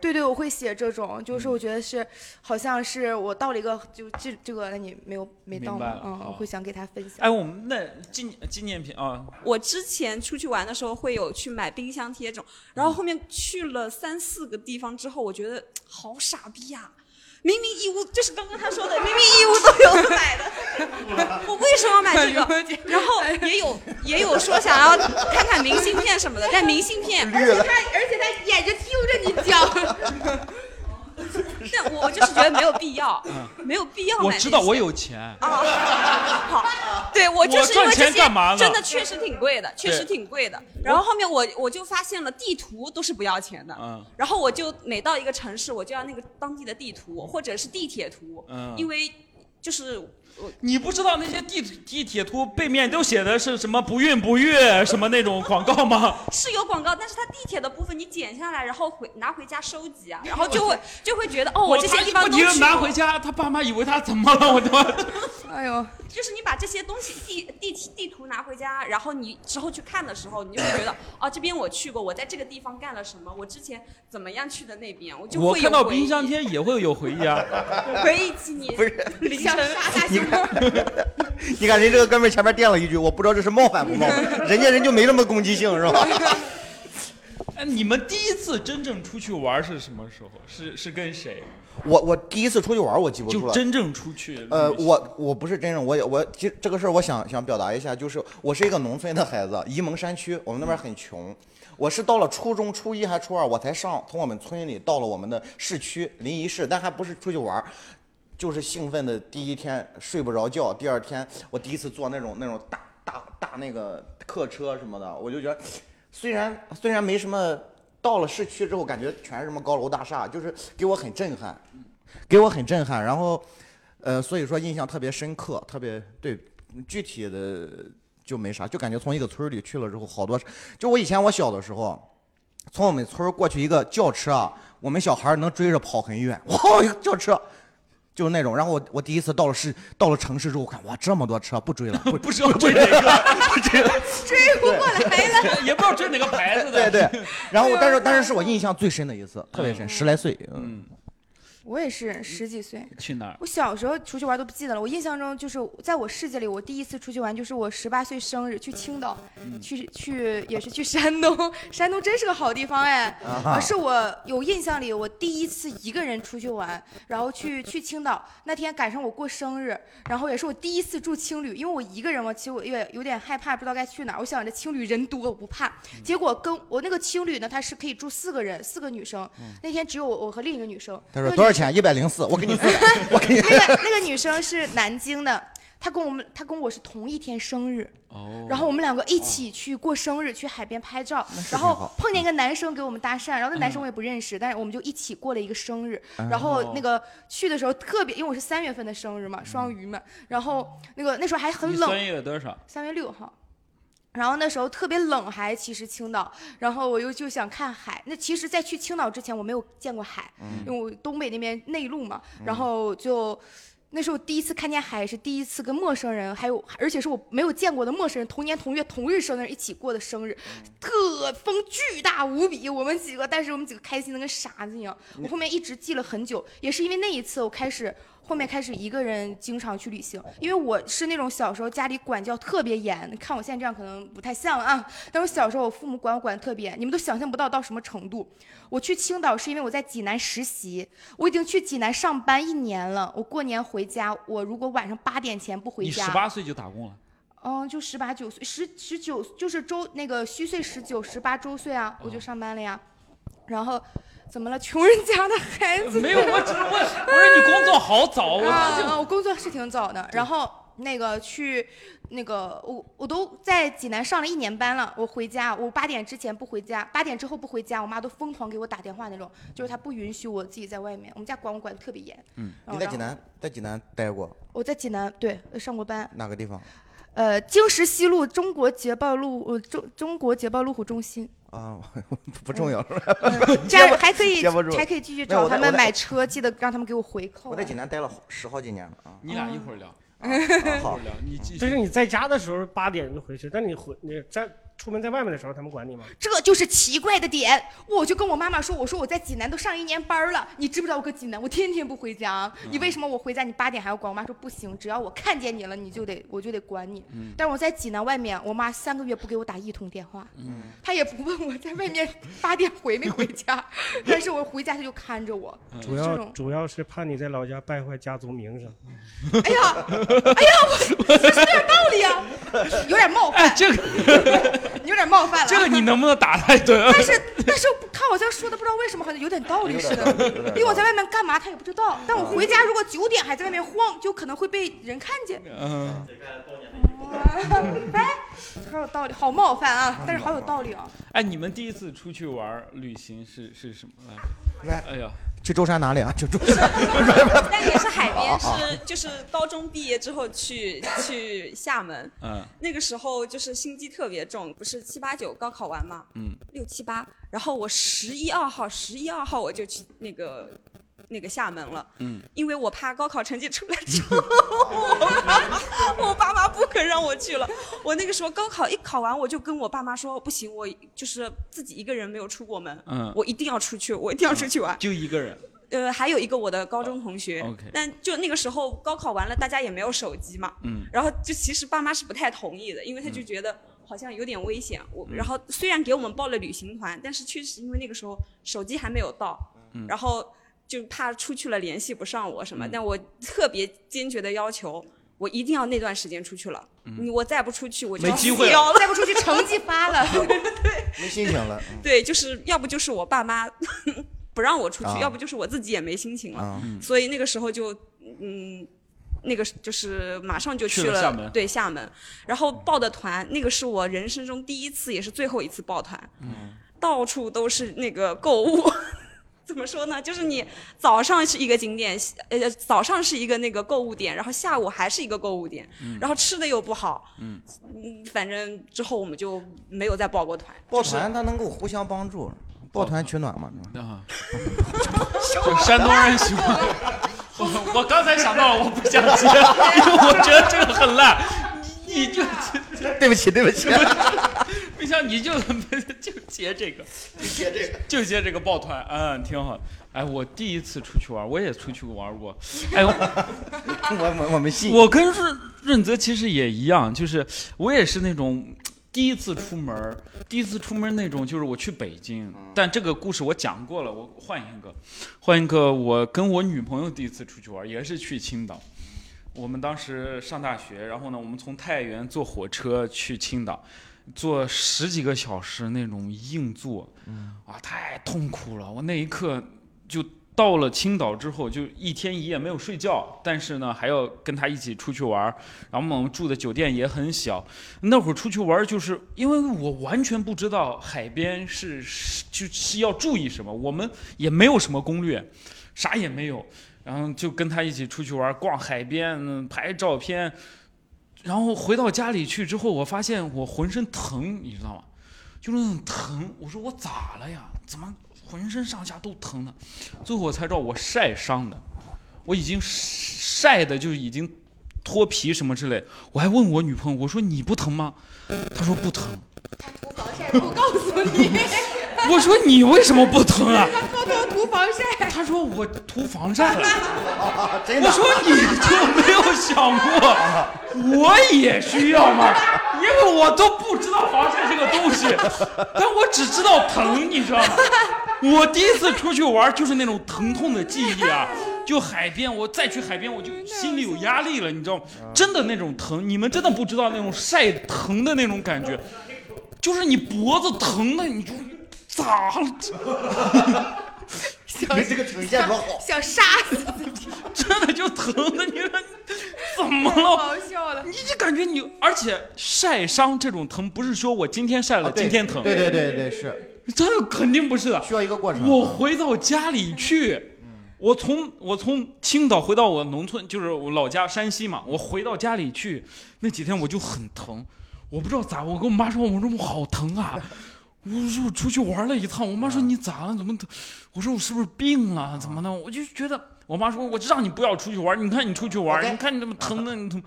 [SPEAKER 3] 对对，我会写这种，
[SPEAKER 1] 嗯
[SPEAKER 3] 就是我觉得是，好像是我到了一个，就这这个，那你没有没到
[SPEAKER 1] 明白
[SPEAKER 3] 吗
[SPEAKER 1] 了？啊
[SPEAKER 3] 嗯，
[SPEAKER 1] 好
[SPEAKER 3] 我会想给他分享。
[SPEAKER 1] 哎，我们那纪纪念品啊，
[SPEAKER 4] 我之前出去玩的时候会有去买冰箱贴这种，然后后面去了三四个地方之后，我觉得好傻逼呀、明明义乌就是刚刚 他说的，明明义乌都有买的， 我为什么要买这个？然后也有也有说想要看看明信片什么的，但明 信片，
[SPEAKER 3] 而且他而且他眼睛盯着你讲，
[SPEAKER 4] 但我我就是觉得没有必要，没有必要买
[SPEAKER 1] 我
[SPEAKER 4] 那
[SPEAKER 1] 知道
[SPEAKER 4] 些
[SPEAKER 1] 我有钱，
[SPEAKER 4] 好，对我就是因
[SPEAKER 1] 我赚
[SPEAKER 4] 为这
[SPEAKER 1] 钱
[SPEAKER 4] 些
[SPEAKER 1] 干嘛呢
[SPEAKER 4] 真的确实挺贵的，确实挺贵的。然后后面我我就发现了地图都是不要钱的，
[SPEAKER 1] 嗯
[SPEAKER 4] 然后我就每到一个城市，我就要那个当地的地图或者是地铁图，
[SPEAKER 1] 嗯
[SPEAKER 4] 因为就是我
[SPEAKER 1] 你不知道那些地地铁图背面都写的是什么不孕不育什么那种广告吗？
[SPEAKER 4] 是有广告，但是它地铁的部分你剪下来，然后回拿回家收集
[SPEAKER 1] 哎
[SPEAKER 4] 啊，然后就会就会觉得哦，我这些地方
[SPEAKER 1] 不
[SPEAKER 4] 都
[SPEAKER 1] 停
[SPEAKER 4] 去
[SPEAKER 1] 拿
[SPEAKER 4] 过
[SPEAKER 1] 回家，他爸妈以为他怎么了？我他妈
[SPEAKER 3] 哎呦，
[SPEAKER 4] 就是你把这些东西地地地图拿回家，然后你之后去看的时候，你就会觉 得哦，这边我去过，我在这个地方干了什么，我之前怎么样去的那边，我 就
[SPEAKER 1] 我
[SPEAKER 4] 会有
[SPEAKER 1] 看到
[SPEAKER 4] 回
[SPEAKER 1] 冰箱贴也会有回忆 啊。
[SPEAKER 4] 回忆起你
[SPEAKER 2] 不是
[SPEAKER 4] 凌晨杀他
[SPEAKER 2] 你看，你看人这个哥们儿前面垫了一句，我不知道这是冒犯不冒犯，人家人就没那么攻击性是吧？
[SPEAKER 1] 哎，你们第一次真正出去玩是什么时候？是是跟谁？
[SPEAKER 2] 我我第一次出去玩，我记不住
[SPEAKER 1] 就
[SPEAKER 2] 了。
[SPEAKER 1] 真正出去？
[SPEAKER 2] 呃，
[SPEAKER 1] 旅行
[SPEAKER 2] 我我不是真正，我也我其实这个事儿，我想想表达一下，就是我是一个农村的孩子，沂蒙山区，我们那边很穷。我是到了初中初一还初二，我才上从我们村里到了我们的市区临沂市，但还不是出去玩儿，就是兴奋的第一天睡不着觉，第二天我第一次坐那种那种大大大那个客车什么的，我就觉得虽然虽然没什么，到了市区之后感觉全是什么高楼大厦，就是给我很震撼，给我很震撼。然后呃，所以说印象特别深刻，特别对具体的就没啥，就感觉从一个村儿里去了之后，好多就我以前我小的时候，从我们村儿过去一个轿车啊，我们小孩儿能追着跑很远， 哇，一个轿车。就是那种，然后我我第一次到了市，到了城市之后，看哇这么多车，不追了，不
[SPEAKER 1] 不知道追哪个，
[SPEAKER 3] 追不过来了。
[SPEAKER 1] 也不知道追哪个牌子
[SPEAKER 2] 对
[SPEAKER 1] 的。
[SPEAKER 2] 对。然
[SPEAKER 1] 哎
[SPEAKER 2] 后但是但是是我印象最深的一次，特别深，十来岁，嗯，
[SPEAKER 3] 我也是十几岁，
[SPEAKER 1] 去哪儿？
[SPEAKER 3] 我小时候出去玩都不记得了，我印象中就是在我世界里，我第一次出去玩就是我十八岁生日去青岛，
[SPEAKER 1] 嗯
[SPEAKER 3] 去去也是去山东，山东真是个好地方哎，
[SPEAKER 10] 啊哈
[SPEAKER 3] 啊是我有印象里我第一次一个人出去玩，然后去去青岛那天赶上我过生日，然后也是我第一次住青旅，因为我一个人嘛，其实我也有点害怕，不知道该去哪儿，我想着青旅人多我不怕，
[SPEAKER 1] 嗯
[SPEAKER 3] 结果跟我那个青旅呢，它是可以住四个人，四个女生，
[SPEAKER 2] 嗯
[SPEAKER 3] 那天只有我我和另一个女生，
[SPEAKER 2] 他
[SPEAKER 3] 那
[SPEAKER 2] 说
[SPEAKER 3] 个
[SPEAKER 2] 多少钱？
[SPEAKER 3] 女
[SPEAKER 2] 一百零四，我给你 付。
[SPEAKER 3] 那个那个女生是南京的，她跟我们她跟我是同一天生日，
[SPEAKER 1] 哦
[SPEAKER 3] 然后我 们两个一起去过生日，去海边拍照，然
[SPEAKER 10] 挺
[SPEAKER 3] 后
[SPEAKER 10] 好
[SPEAKER 3] 碰见一个男生给我们搭讪，然后那男生我也不认识，但是我们就一起过了一个生日。然
[SPEAKER 10] 哦
[SPEAKER 3] 后那个去的时候特别，因为我是三月份的生日嘛，双鱼嘛，然后那个那时候还很
[SPEAKER 1] 你
[SPEAKER 3] 冷，
[SPEAKER 1] 三月多少？
[SPEAKER 3] 三月六号。然后那时候特别冷，还其实青岛，然后我又就想看海。那其实，在去青岛之前，我没有见过海，
[SPEAKER 10] 嗯
[SPEAKER 3] 因为我东北那边内陆嘛。
[SPEAKER 10] 嗯
[SPEAKER 3] 然后就那时候第一次看见海，也是第一次跟陌生人，还有而且是我没有见过的陌生人，同年同月同日生的人一起过的生日，特风巨大无比。我们几个，但是我们几个开心的跟傻子一样。我后面一直记了很久，也是因为那一次，我开始后面开始一个人经常去旅行，
[SPEAKER 1] 哦
[SPEAKER 3] 因为我是那种小时候家里管教特别严，看我现在这样可能不太像啊，但我小时候我父母管我管得特别严，你们都想象不到到什么程度。我去青岛是因为我在济南实习，我已经去济南上班一年了，我过年回家，我如果晚上八点前不回
[SPEAKER 1] 你
[SPEAKER 3] 家，
[SPEAKER 1] 十八岁就打工了？
[SPEAKER 3] 嗯，就十八九岁，十十九就是周那个虚岁十九十八周岁啊，
[SPEAKER 1] 嗯
[SPEAKER 3] 我就上班了呀。然后怎么了？穷人家的孩子
[SPEAKER 1] 没有，我只是问，我说你工作好早，
[SPEAKER 3] 啊，
[SPEAKER 1] 我
[SPEAKER 3] 我工作是挺早的，然后那个去那个我我都在济南上了一年班了，我回家我八点之前不回家，八点之后不回家，我妈都疯狂给我打电话那种，就是她不允许我自己在外面，我们家管我管的特别严。
[SPEAKER 2] 嗯，
[SPEAKER 3] 然
[SPEAKER 2] 你
[SPEAKER 3] 后
[SPEAKER 2] 在济南，在济南待过
[SPEAKER 3] 我在济南对上过班，
[SPEAKER 2] 哪个地方？
[SPEAKER 3] 呃，经石西路中国捷豹路呃中中国捷豹路虎中心。呃
[SPEAKER 2] 啊，不不重要。
[SPEAKER 3] 这样嗯还可以
[SPEAKER 2] 接不住，
[SPEAKER 3] 还可以继续
[SPEAKER 2] 没有
[SPEAKER 3] 找
[SPEAKER 2] 我在
[SPEAKER 3] 他们
[SPEAKER 2] 我在
[SPEAKER 3] 买车，记得让他们给我回扣啊。
[SPEAKER 2] 我在 济南待了好十好几年了啊。
[SPEAKER 1] 你 俩一会儿聊，
[SPEAKER 2] 啊好，
[SPEAKER 1] 你继
[SPEAKER 8] 就是你在家的时候八点就回去，但你回你在出门在外面的时候，他们管你吗？
[SPEAKER 3] 这就是奇怪的点。我就跟我妈妈说，我说我在济南都上一年班了，你知不知道我搁济南，我天天不回家，你为什么我回家你八点还要管？我妈说不行，只要我看见你了，你就得我就得管你。
[SPEAKER 1] 嗯
[SPEAKER 3] 但是我在济南外面，我妈三个月不给我打一通电话，
[SPEAKER 1] 嗯，
[SPEAKER 3] 她也不问我在外 面八点回没回 家，但是我回家她就看着我，
[SPEAKER 8] 主
[SPEAKER 3] 这
[SPEAKER 8] 要
[SPEAKER 3] 种
[SPEAKER 8] 主要是怕你在老家败坏家族名声。
[SPEAKER 3] 哎呀，哎呀，我这是点道理啊，有点冒犯，
[SPEAKER 1] 哎这个
[SPEAKER 3] 有点冒犯
[SPEAKER 4] 啊
[SPEAKER 3] 了。
[SPEAKER 1] 这个你能不能打他一顿？
[SPEAKER 3] 但是但是我看我这样说的，不知道为什么好像有点道理嗯似的。因为我在外面干嘛他也不知道，但我回家如果九点还在外面晃，就可能会被人看见。
[SPEAKER 1] 嗯，
[SPEAKER 3] 哎，好有道理，好冒犯啊，但是好有道理啊。
[SPEAKER 1] 哎，你们第一次出去玩儿旅行是是什么来着？
[SPEAKER 2] 来
[SPEAKER 1] 哎呀，
[SPEAKER 2] 去舟山哪里啊？去舟 山。 啊
[SPEAKER 4] 但也是海边，是就是高中毕业之后去去厦门，
[SPEAKER 1] 嗯
[SPEAKER 4] 那个时候就是心机特别重，不是七八九高考完嘛，
[SPEAKER 1] 嗯，
[SPEAKER 4] 六七八，然后我十一二号，十一二号我就去那个那个厦门了，
[SPEAKER 1] 嗯，
[SPEAKER 4] 因为我怕高考成绩出来之后， 我妈我爸妈不肯让我去了。我那个时候高考一考完，我就跟我爸妈说，不行，我就是自己一个人没有出过门，
[SPEAKER 1] 嗯
[SPEAKER 4] 我一定要出去，我一定要出去玩。
[SPEAKER 1] 就一个人。
[SPEAKER 4] 呃，还有一个我的高中同学
[SPEAKER 1] 哦 OK
[SPEAKER 4] 但就那个时候高考完了，大家也没有手机嘛，
[SPEAKER 1] 嗯
[SPEAKER 4] 然后就其实爸妈是不太同意的，因为他就觉得好像有点危险。我
[SPEAKER 1] 嗯
[SPEAKER 4] 然后虽然给我们报了旅行团，但是确实因为那个时候手机还没有到，
[SPEAKER 1] 嗯
[SPEAKER 4] 然后就怕出去了联系不上我什么。
[SPEAKER 1] 嗯
[SPEAKER 4] 但我特别坚决的要求，我一定要那段时间出去了，你我再不出去我
[SPEAKER 1] 嗯
[SPEAKER 4] 就
[SPEAKER 1] 没
[SPEAKER 4] 要
[SPEAKER 1] 机
[SPEAKER 4] 死
[SPEAKER 1] 会了
[SPEAKER 4] 掉了。
[SPEAKER 3] 再不出去成绩发了，
[SPEAKER 2] 没心情了。嗯
[SPEAKER 4] 对，就是要不就是我爸妈 不让我出去，
[SPEAKER 2] 啊
[SPEAKER 4] 要不就是我自己也没心情了。
[SPEAKER 2] 啊，
[SPEAKER 1] 嗯
[SPEAKER 4] 所以那个时候就嗯，那个就是马上就
[SPEAKER 1] 去
[SPEAKER 4] 了
[SPEAKER 1] 了厦门
[SPEAKER 4] 对厦门，然后报的团，那个是我人生中第一次，也是最后一次报团，到处都是那个购物。 怎么说呢？就是你早上是一个景点，呃，早上是一个那个购物点，然后下午还是一个购物点，然后吃的又不好，
[SPEAKER 1] 嗯
[SPEAKER 4] 嗯，反正之后我们就没有再报过团。
[SPEAKER 2] 抱团它能够互相帮助，抱团取暖嘛。是吧
[SPEAKER 1] 啊，就山东人喜 欢。我 我刚才想到了，我不想接， 因为我觉得这个很烂。你你就
[SPEAKER 2] 对不起，对不 起。
[SPEAKER 1] 没想你就 就接这个，就接这个，就接这个抱团，嗯，挺好。哎，我第一次出去玩，我也出去玩过。哎，
[SPEAKER 2] 我我我们信。
[SPEAKER 1] 我跟润润泽其实也一样，就是我也是那种第一次出门儿，第一次出门儿那种，就是我去北京。
[SPEAKER 2] 嗯
[SPEAKER 1] 但这个故事我讲 过了，我换一个，换一个，我跟我女朋友第一次出去玩儿，也是去青岛。我们当时上大学，然后呢，我们从太原坐火车去青岛，坐十几个小时那种硬座，啊，太痛苦了。我那一刻就到了青岛之后，就一天一夜没有睡觉，但是呢，还要跟他一起出去玩儿。然后我们住的酒店也很小，那会儿出去玩儿，就是因为我完全不知道海边是是就是要注意什么，我们也没有什么攻略，啥也没有。然后就跟他一起出去玩儿，逛海边，嗯拍照片。然后回到家里去之后，我发现我浑身疼，你知道吗？就是那种疼。我说我咋了呀？怎么浑身上下都疼呢？最后我才知道我晒伤的，我已经晒的就已经脱皮什么之类。我还问我女朋友，我说你不疼吗？她说不疼。
[SPEAKER 3] 涂防
[SPEAKER 1] 啊
[SPEAKER 3] 晒，我告诉你，
[SPEAKER 1] 我说你为什么不疼啊？
[SPEAKER 3] 偷偷涂防晒。
[SPEAKER 1] 她说我涂防晒了。
[SPEAKER 2] 啊 真的
[SPEAKER 1] 我。说你就没有想过， 我也需要吗？ 因为我都不知道防晒这个东西， 但我只知道疼，你知道 吗？我第一次出去玩就是那种疼痛的记忆啊，就海边，我再去海边我就心里有压力了，你知道吗？
[SPEAKER 2] 啊
[SPEAKER 1] 真的那种疼，你们真的不知道那种晒疼的那种感觉，就是你脖子疼的你就咋了？
[SPEAKER 2] 你这个呈现多好。
[SPEAKER 3] 想杀死自己，
[SPEAKER 1] 真的就疼的，你说怎么了？
[SPEAKER 3] 好笑了，
[SPEAKER 1] 你就感觉你，而且晒伤这种疼，不是说我今天晒了，啊今天疼。
[SPEAKER 2] 啊对对对对，是
[SPEAKER 1] 这肯定不是的，
[SPEAKER 2] 需要一个过程。
[SPEAKER 1] 我回到家里去，我从我从青岛回到我农村，就是我老家山西嘛，我回到家里去，那几天我就很疼，我不知道咋，我跟我妈说，我说我好疼啊。我说我出去玩了一趟，我妈
[SPEAKER 2] 嗯
[SPEAKER 1] 说你咋了？怎么疼？我说我是不是病了？怎么的？我就觉得，我妈说我就让你不要出去玩，你看你出去玩，你看你怎么疼的，你怎么？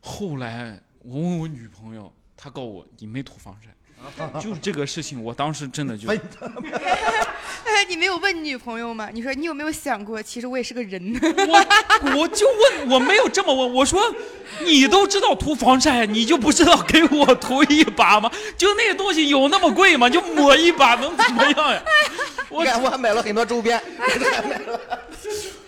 [SPEAKER 1] 后来我问我女朋友，她告我你没涂防 晒，就是这个事情，我当时真的就
[SPEAKER 3] 哎， 你没有问你女朋友吗？你说你有没有想过，其实我也是个人呢？
[SPEAKER 1] 我我就问，我没有这么问，我说你都知道涂防晒，你就不知道给我涂一把吗？就那个东西有那么贵吗？就抹一把能怎么样呀？我
[SPEAKER 2] 你看我还买了很多周边，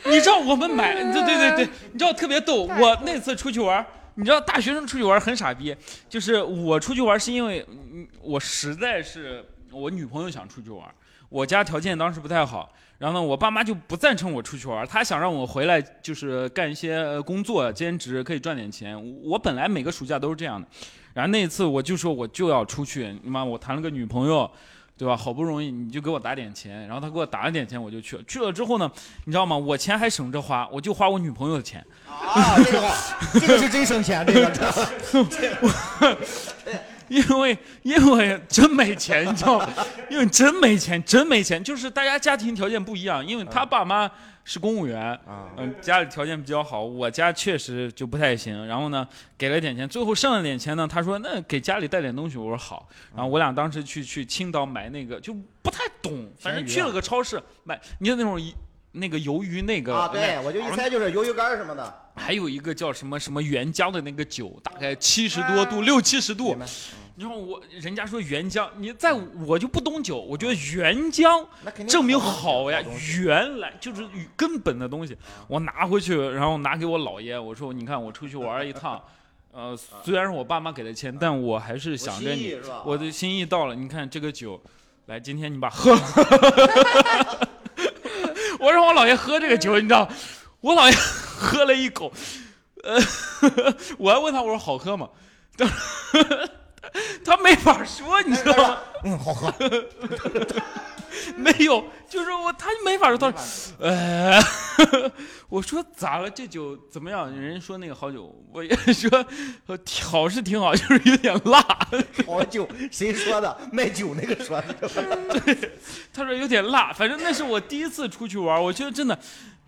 [SPEAKER 1] 你知道我们买，对对对对，你知道特别逗。我那次出去玩儿，你知道大学生出去玩儿很傻逼，就是我出去玩儿是因为嗯我实在是我女朋友想出去玩儿，我家条件当时不太好，然后呢，我爸妈就不赞成我出去玩儿，他想让我回来就是干一些呃工作兼职可以赚点钱。我我本来每个暑假都是这样的，然后那一次我就说我就要出去，你妈我谈了个女朋友。对吧？好不容易你就给我打点钱，然后他给我打了点钱，我就去了。去了之后呢，你知道吗？我钱还省着花，我就花我女朋友的钱。
[SPEAKER 2] 啊，这个这个是真省钱，这个真的
[SPEAKER 1] 因为因为真没钱，你知道吗？因为真没钱，真没钱，就是大家家庭条件不一样。因为他爸妈是公务员，嗯、家里条件比较好，我家确实就不太行。然后呢，给了点钱，最后剩了点钱呢，他说那给家里带点东西，我说好。然后我俩当时去去青岛买那个，就不太懂，反正去了个超市买，你就那种一那个鱿鱼那个
[SPEAKER 2] 啊，
[SPEAKER 1] 那
[SPEAKER 2] 对我就一猜就是鱿鱼干儿什么的，
[SPEAKER 1] 还有一个叫什么什么原浆的那个酒，大概七十多
[SPEAKER 2] 啊
[SPEAKER 1] 度，六七十度。然后我人家说原浆，你在我就不懂酒，我觉得原浆
[SPEAKER 2] 那肯定
[SPEAKER 1] 证明好呀
[SPEAKER 2] 好东，西
[SPEAKER 1] 原来就是根本的东西。我拿回去，然后拿给我姥爷，我说你看我出去玩一 趟，呃，虽然是我爸妈给的钱，但我还是想着
[SPEAKER 2] 啊我心意
[SPEAKER 1] 你
[SPEAKER 2] 是吧，
[SPEAKER 1] 我的心意到了。你看这个酒，来今天你把喝了， 我让我姥爷喝这个酒，你知道，我姥爷喝了一口，呃， 我还问他我说好喝吗？ 他他没法说，你知道吗？
[SPEAKER 2] 嗯，好喝。
[SPEAKER 1] 没有， 就是我他没法说，他说，呃， 我说咋了？这酒怎么样？人家说那个好酒，我也说呃好是挺好，就是有点辣。
[SPEAKER 2] 好酒，谁说的？卖酒那个说 的。
[SPEAKER 1] 他说有点辣，反正那是我第一次出去玩，我觉得真的。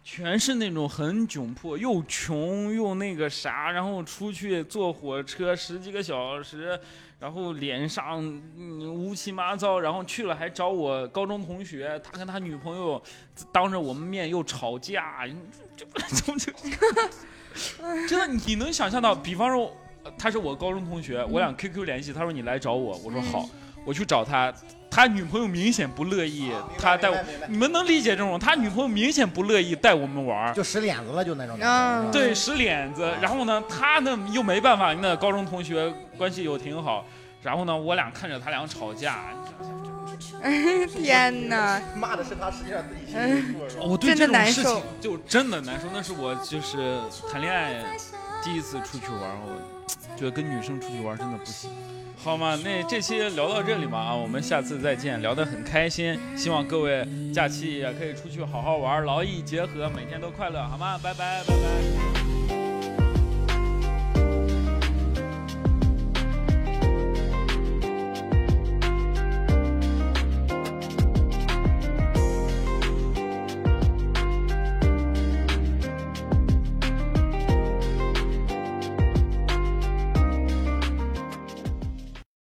[SPEAKER 1] 全是那种很窘迫，又穷又那个啥，然后出去坐火车十几个小时，然后脸上、嗯、乌七八糟，然后去了还找我高中同学，他跟他女朋友当着我们面又吵架， 这这这这，真的你能想象到？比方说呃他是我高中同
[SPEAKER 2] 嗯
[SPEAKER 1] 学，我俩 QQ 联系，他说你来找我，我说好，我去找他，他女朋友明显不乐意，他带我
[SPEAKER 2] 啊明白明，白
[SPEAKER 1] 你们能理解这种？他女朋友明显不乐意带我们玩儿。
[SPEAKER 2] 就使脸子了，就那种感
[SPEAKER 3] 嗯
[SPEAKER 2] 觉。
[SPEAKER 1] 对，使脸子。然后呢，他呢又没办法，那高中同学关系又挺好。然后呢，我俩看着他俩吵架，
[SPEAKER 3] 天哪！
[SPEAKER 2] 骂的是他，实际上自 己心里不舒服。
[SPEAKER 1] 哦我对
[SPEAKER 3] 真的
[SPEAKER 1] 这种
[SPEAKER 3] 难
[SPEAKER 1] 事情
[SPEAKER 3] 受
[SPEAKER 1] 就真的难受。那是我就是谈恋爱第一次出去玩儿，我觉得跟女生出去玩儿真的不行。好嘛，那这期聊到这里嘛啊，我们下次再见，聊得很开心，希望各位假期也可以出去好好玩儿，劳逸结合，每天都快乐，好吗？拜拜，拜拜。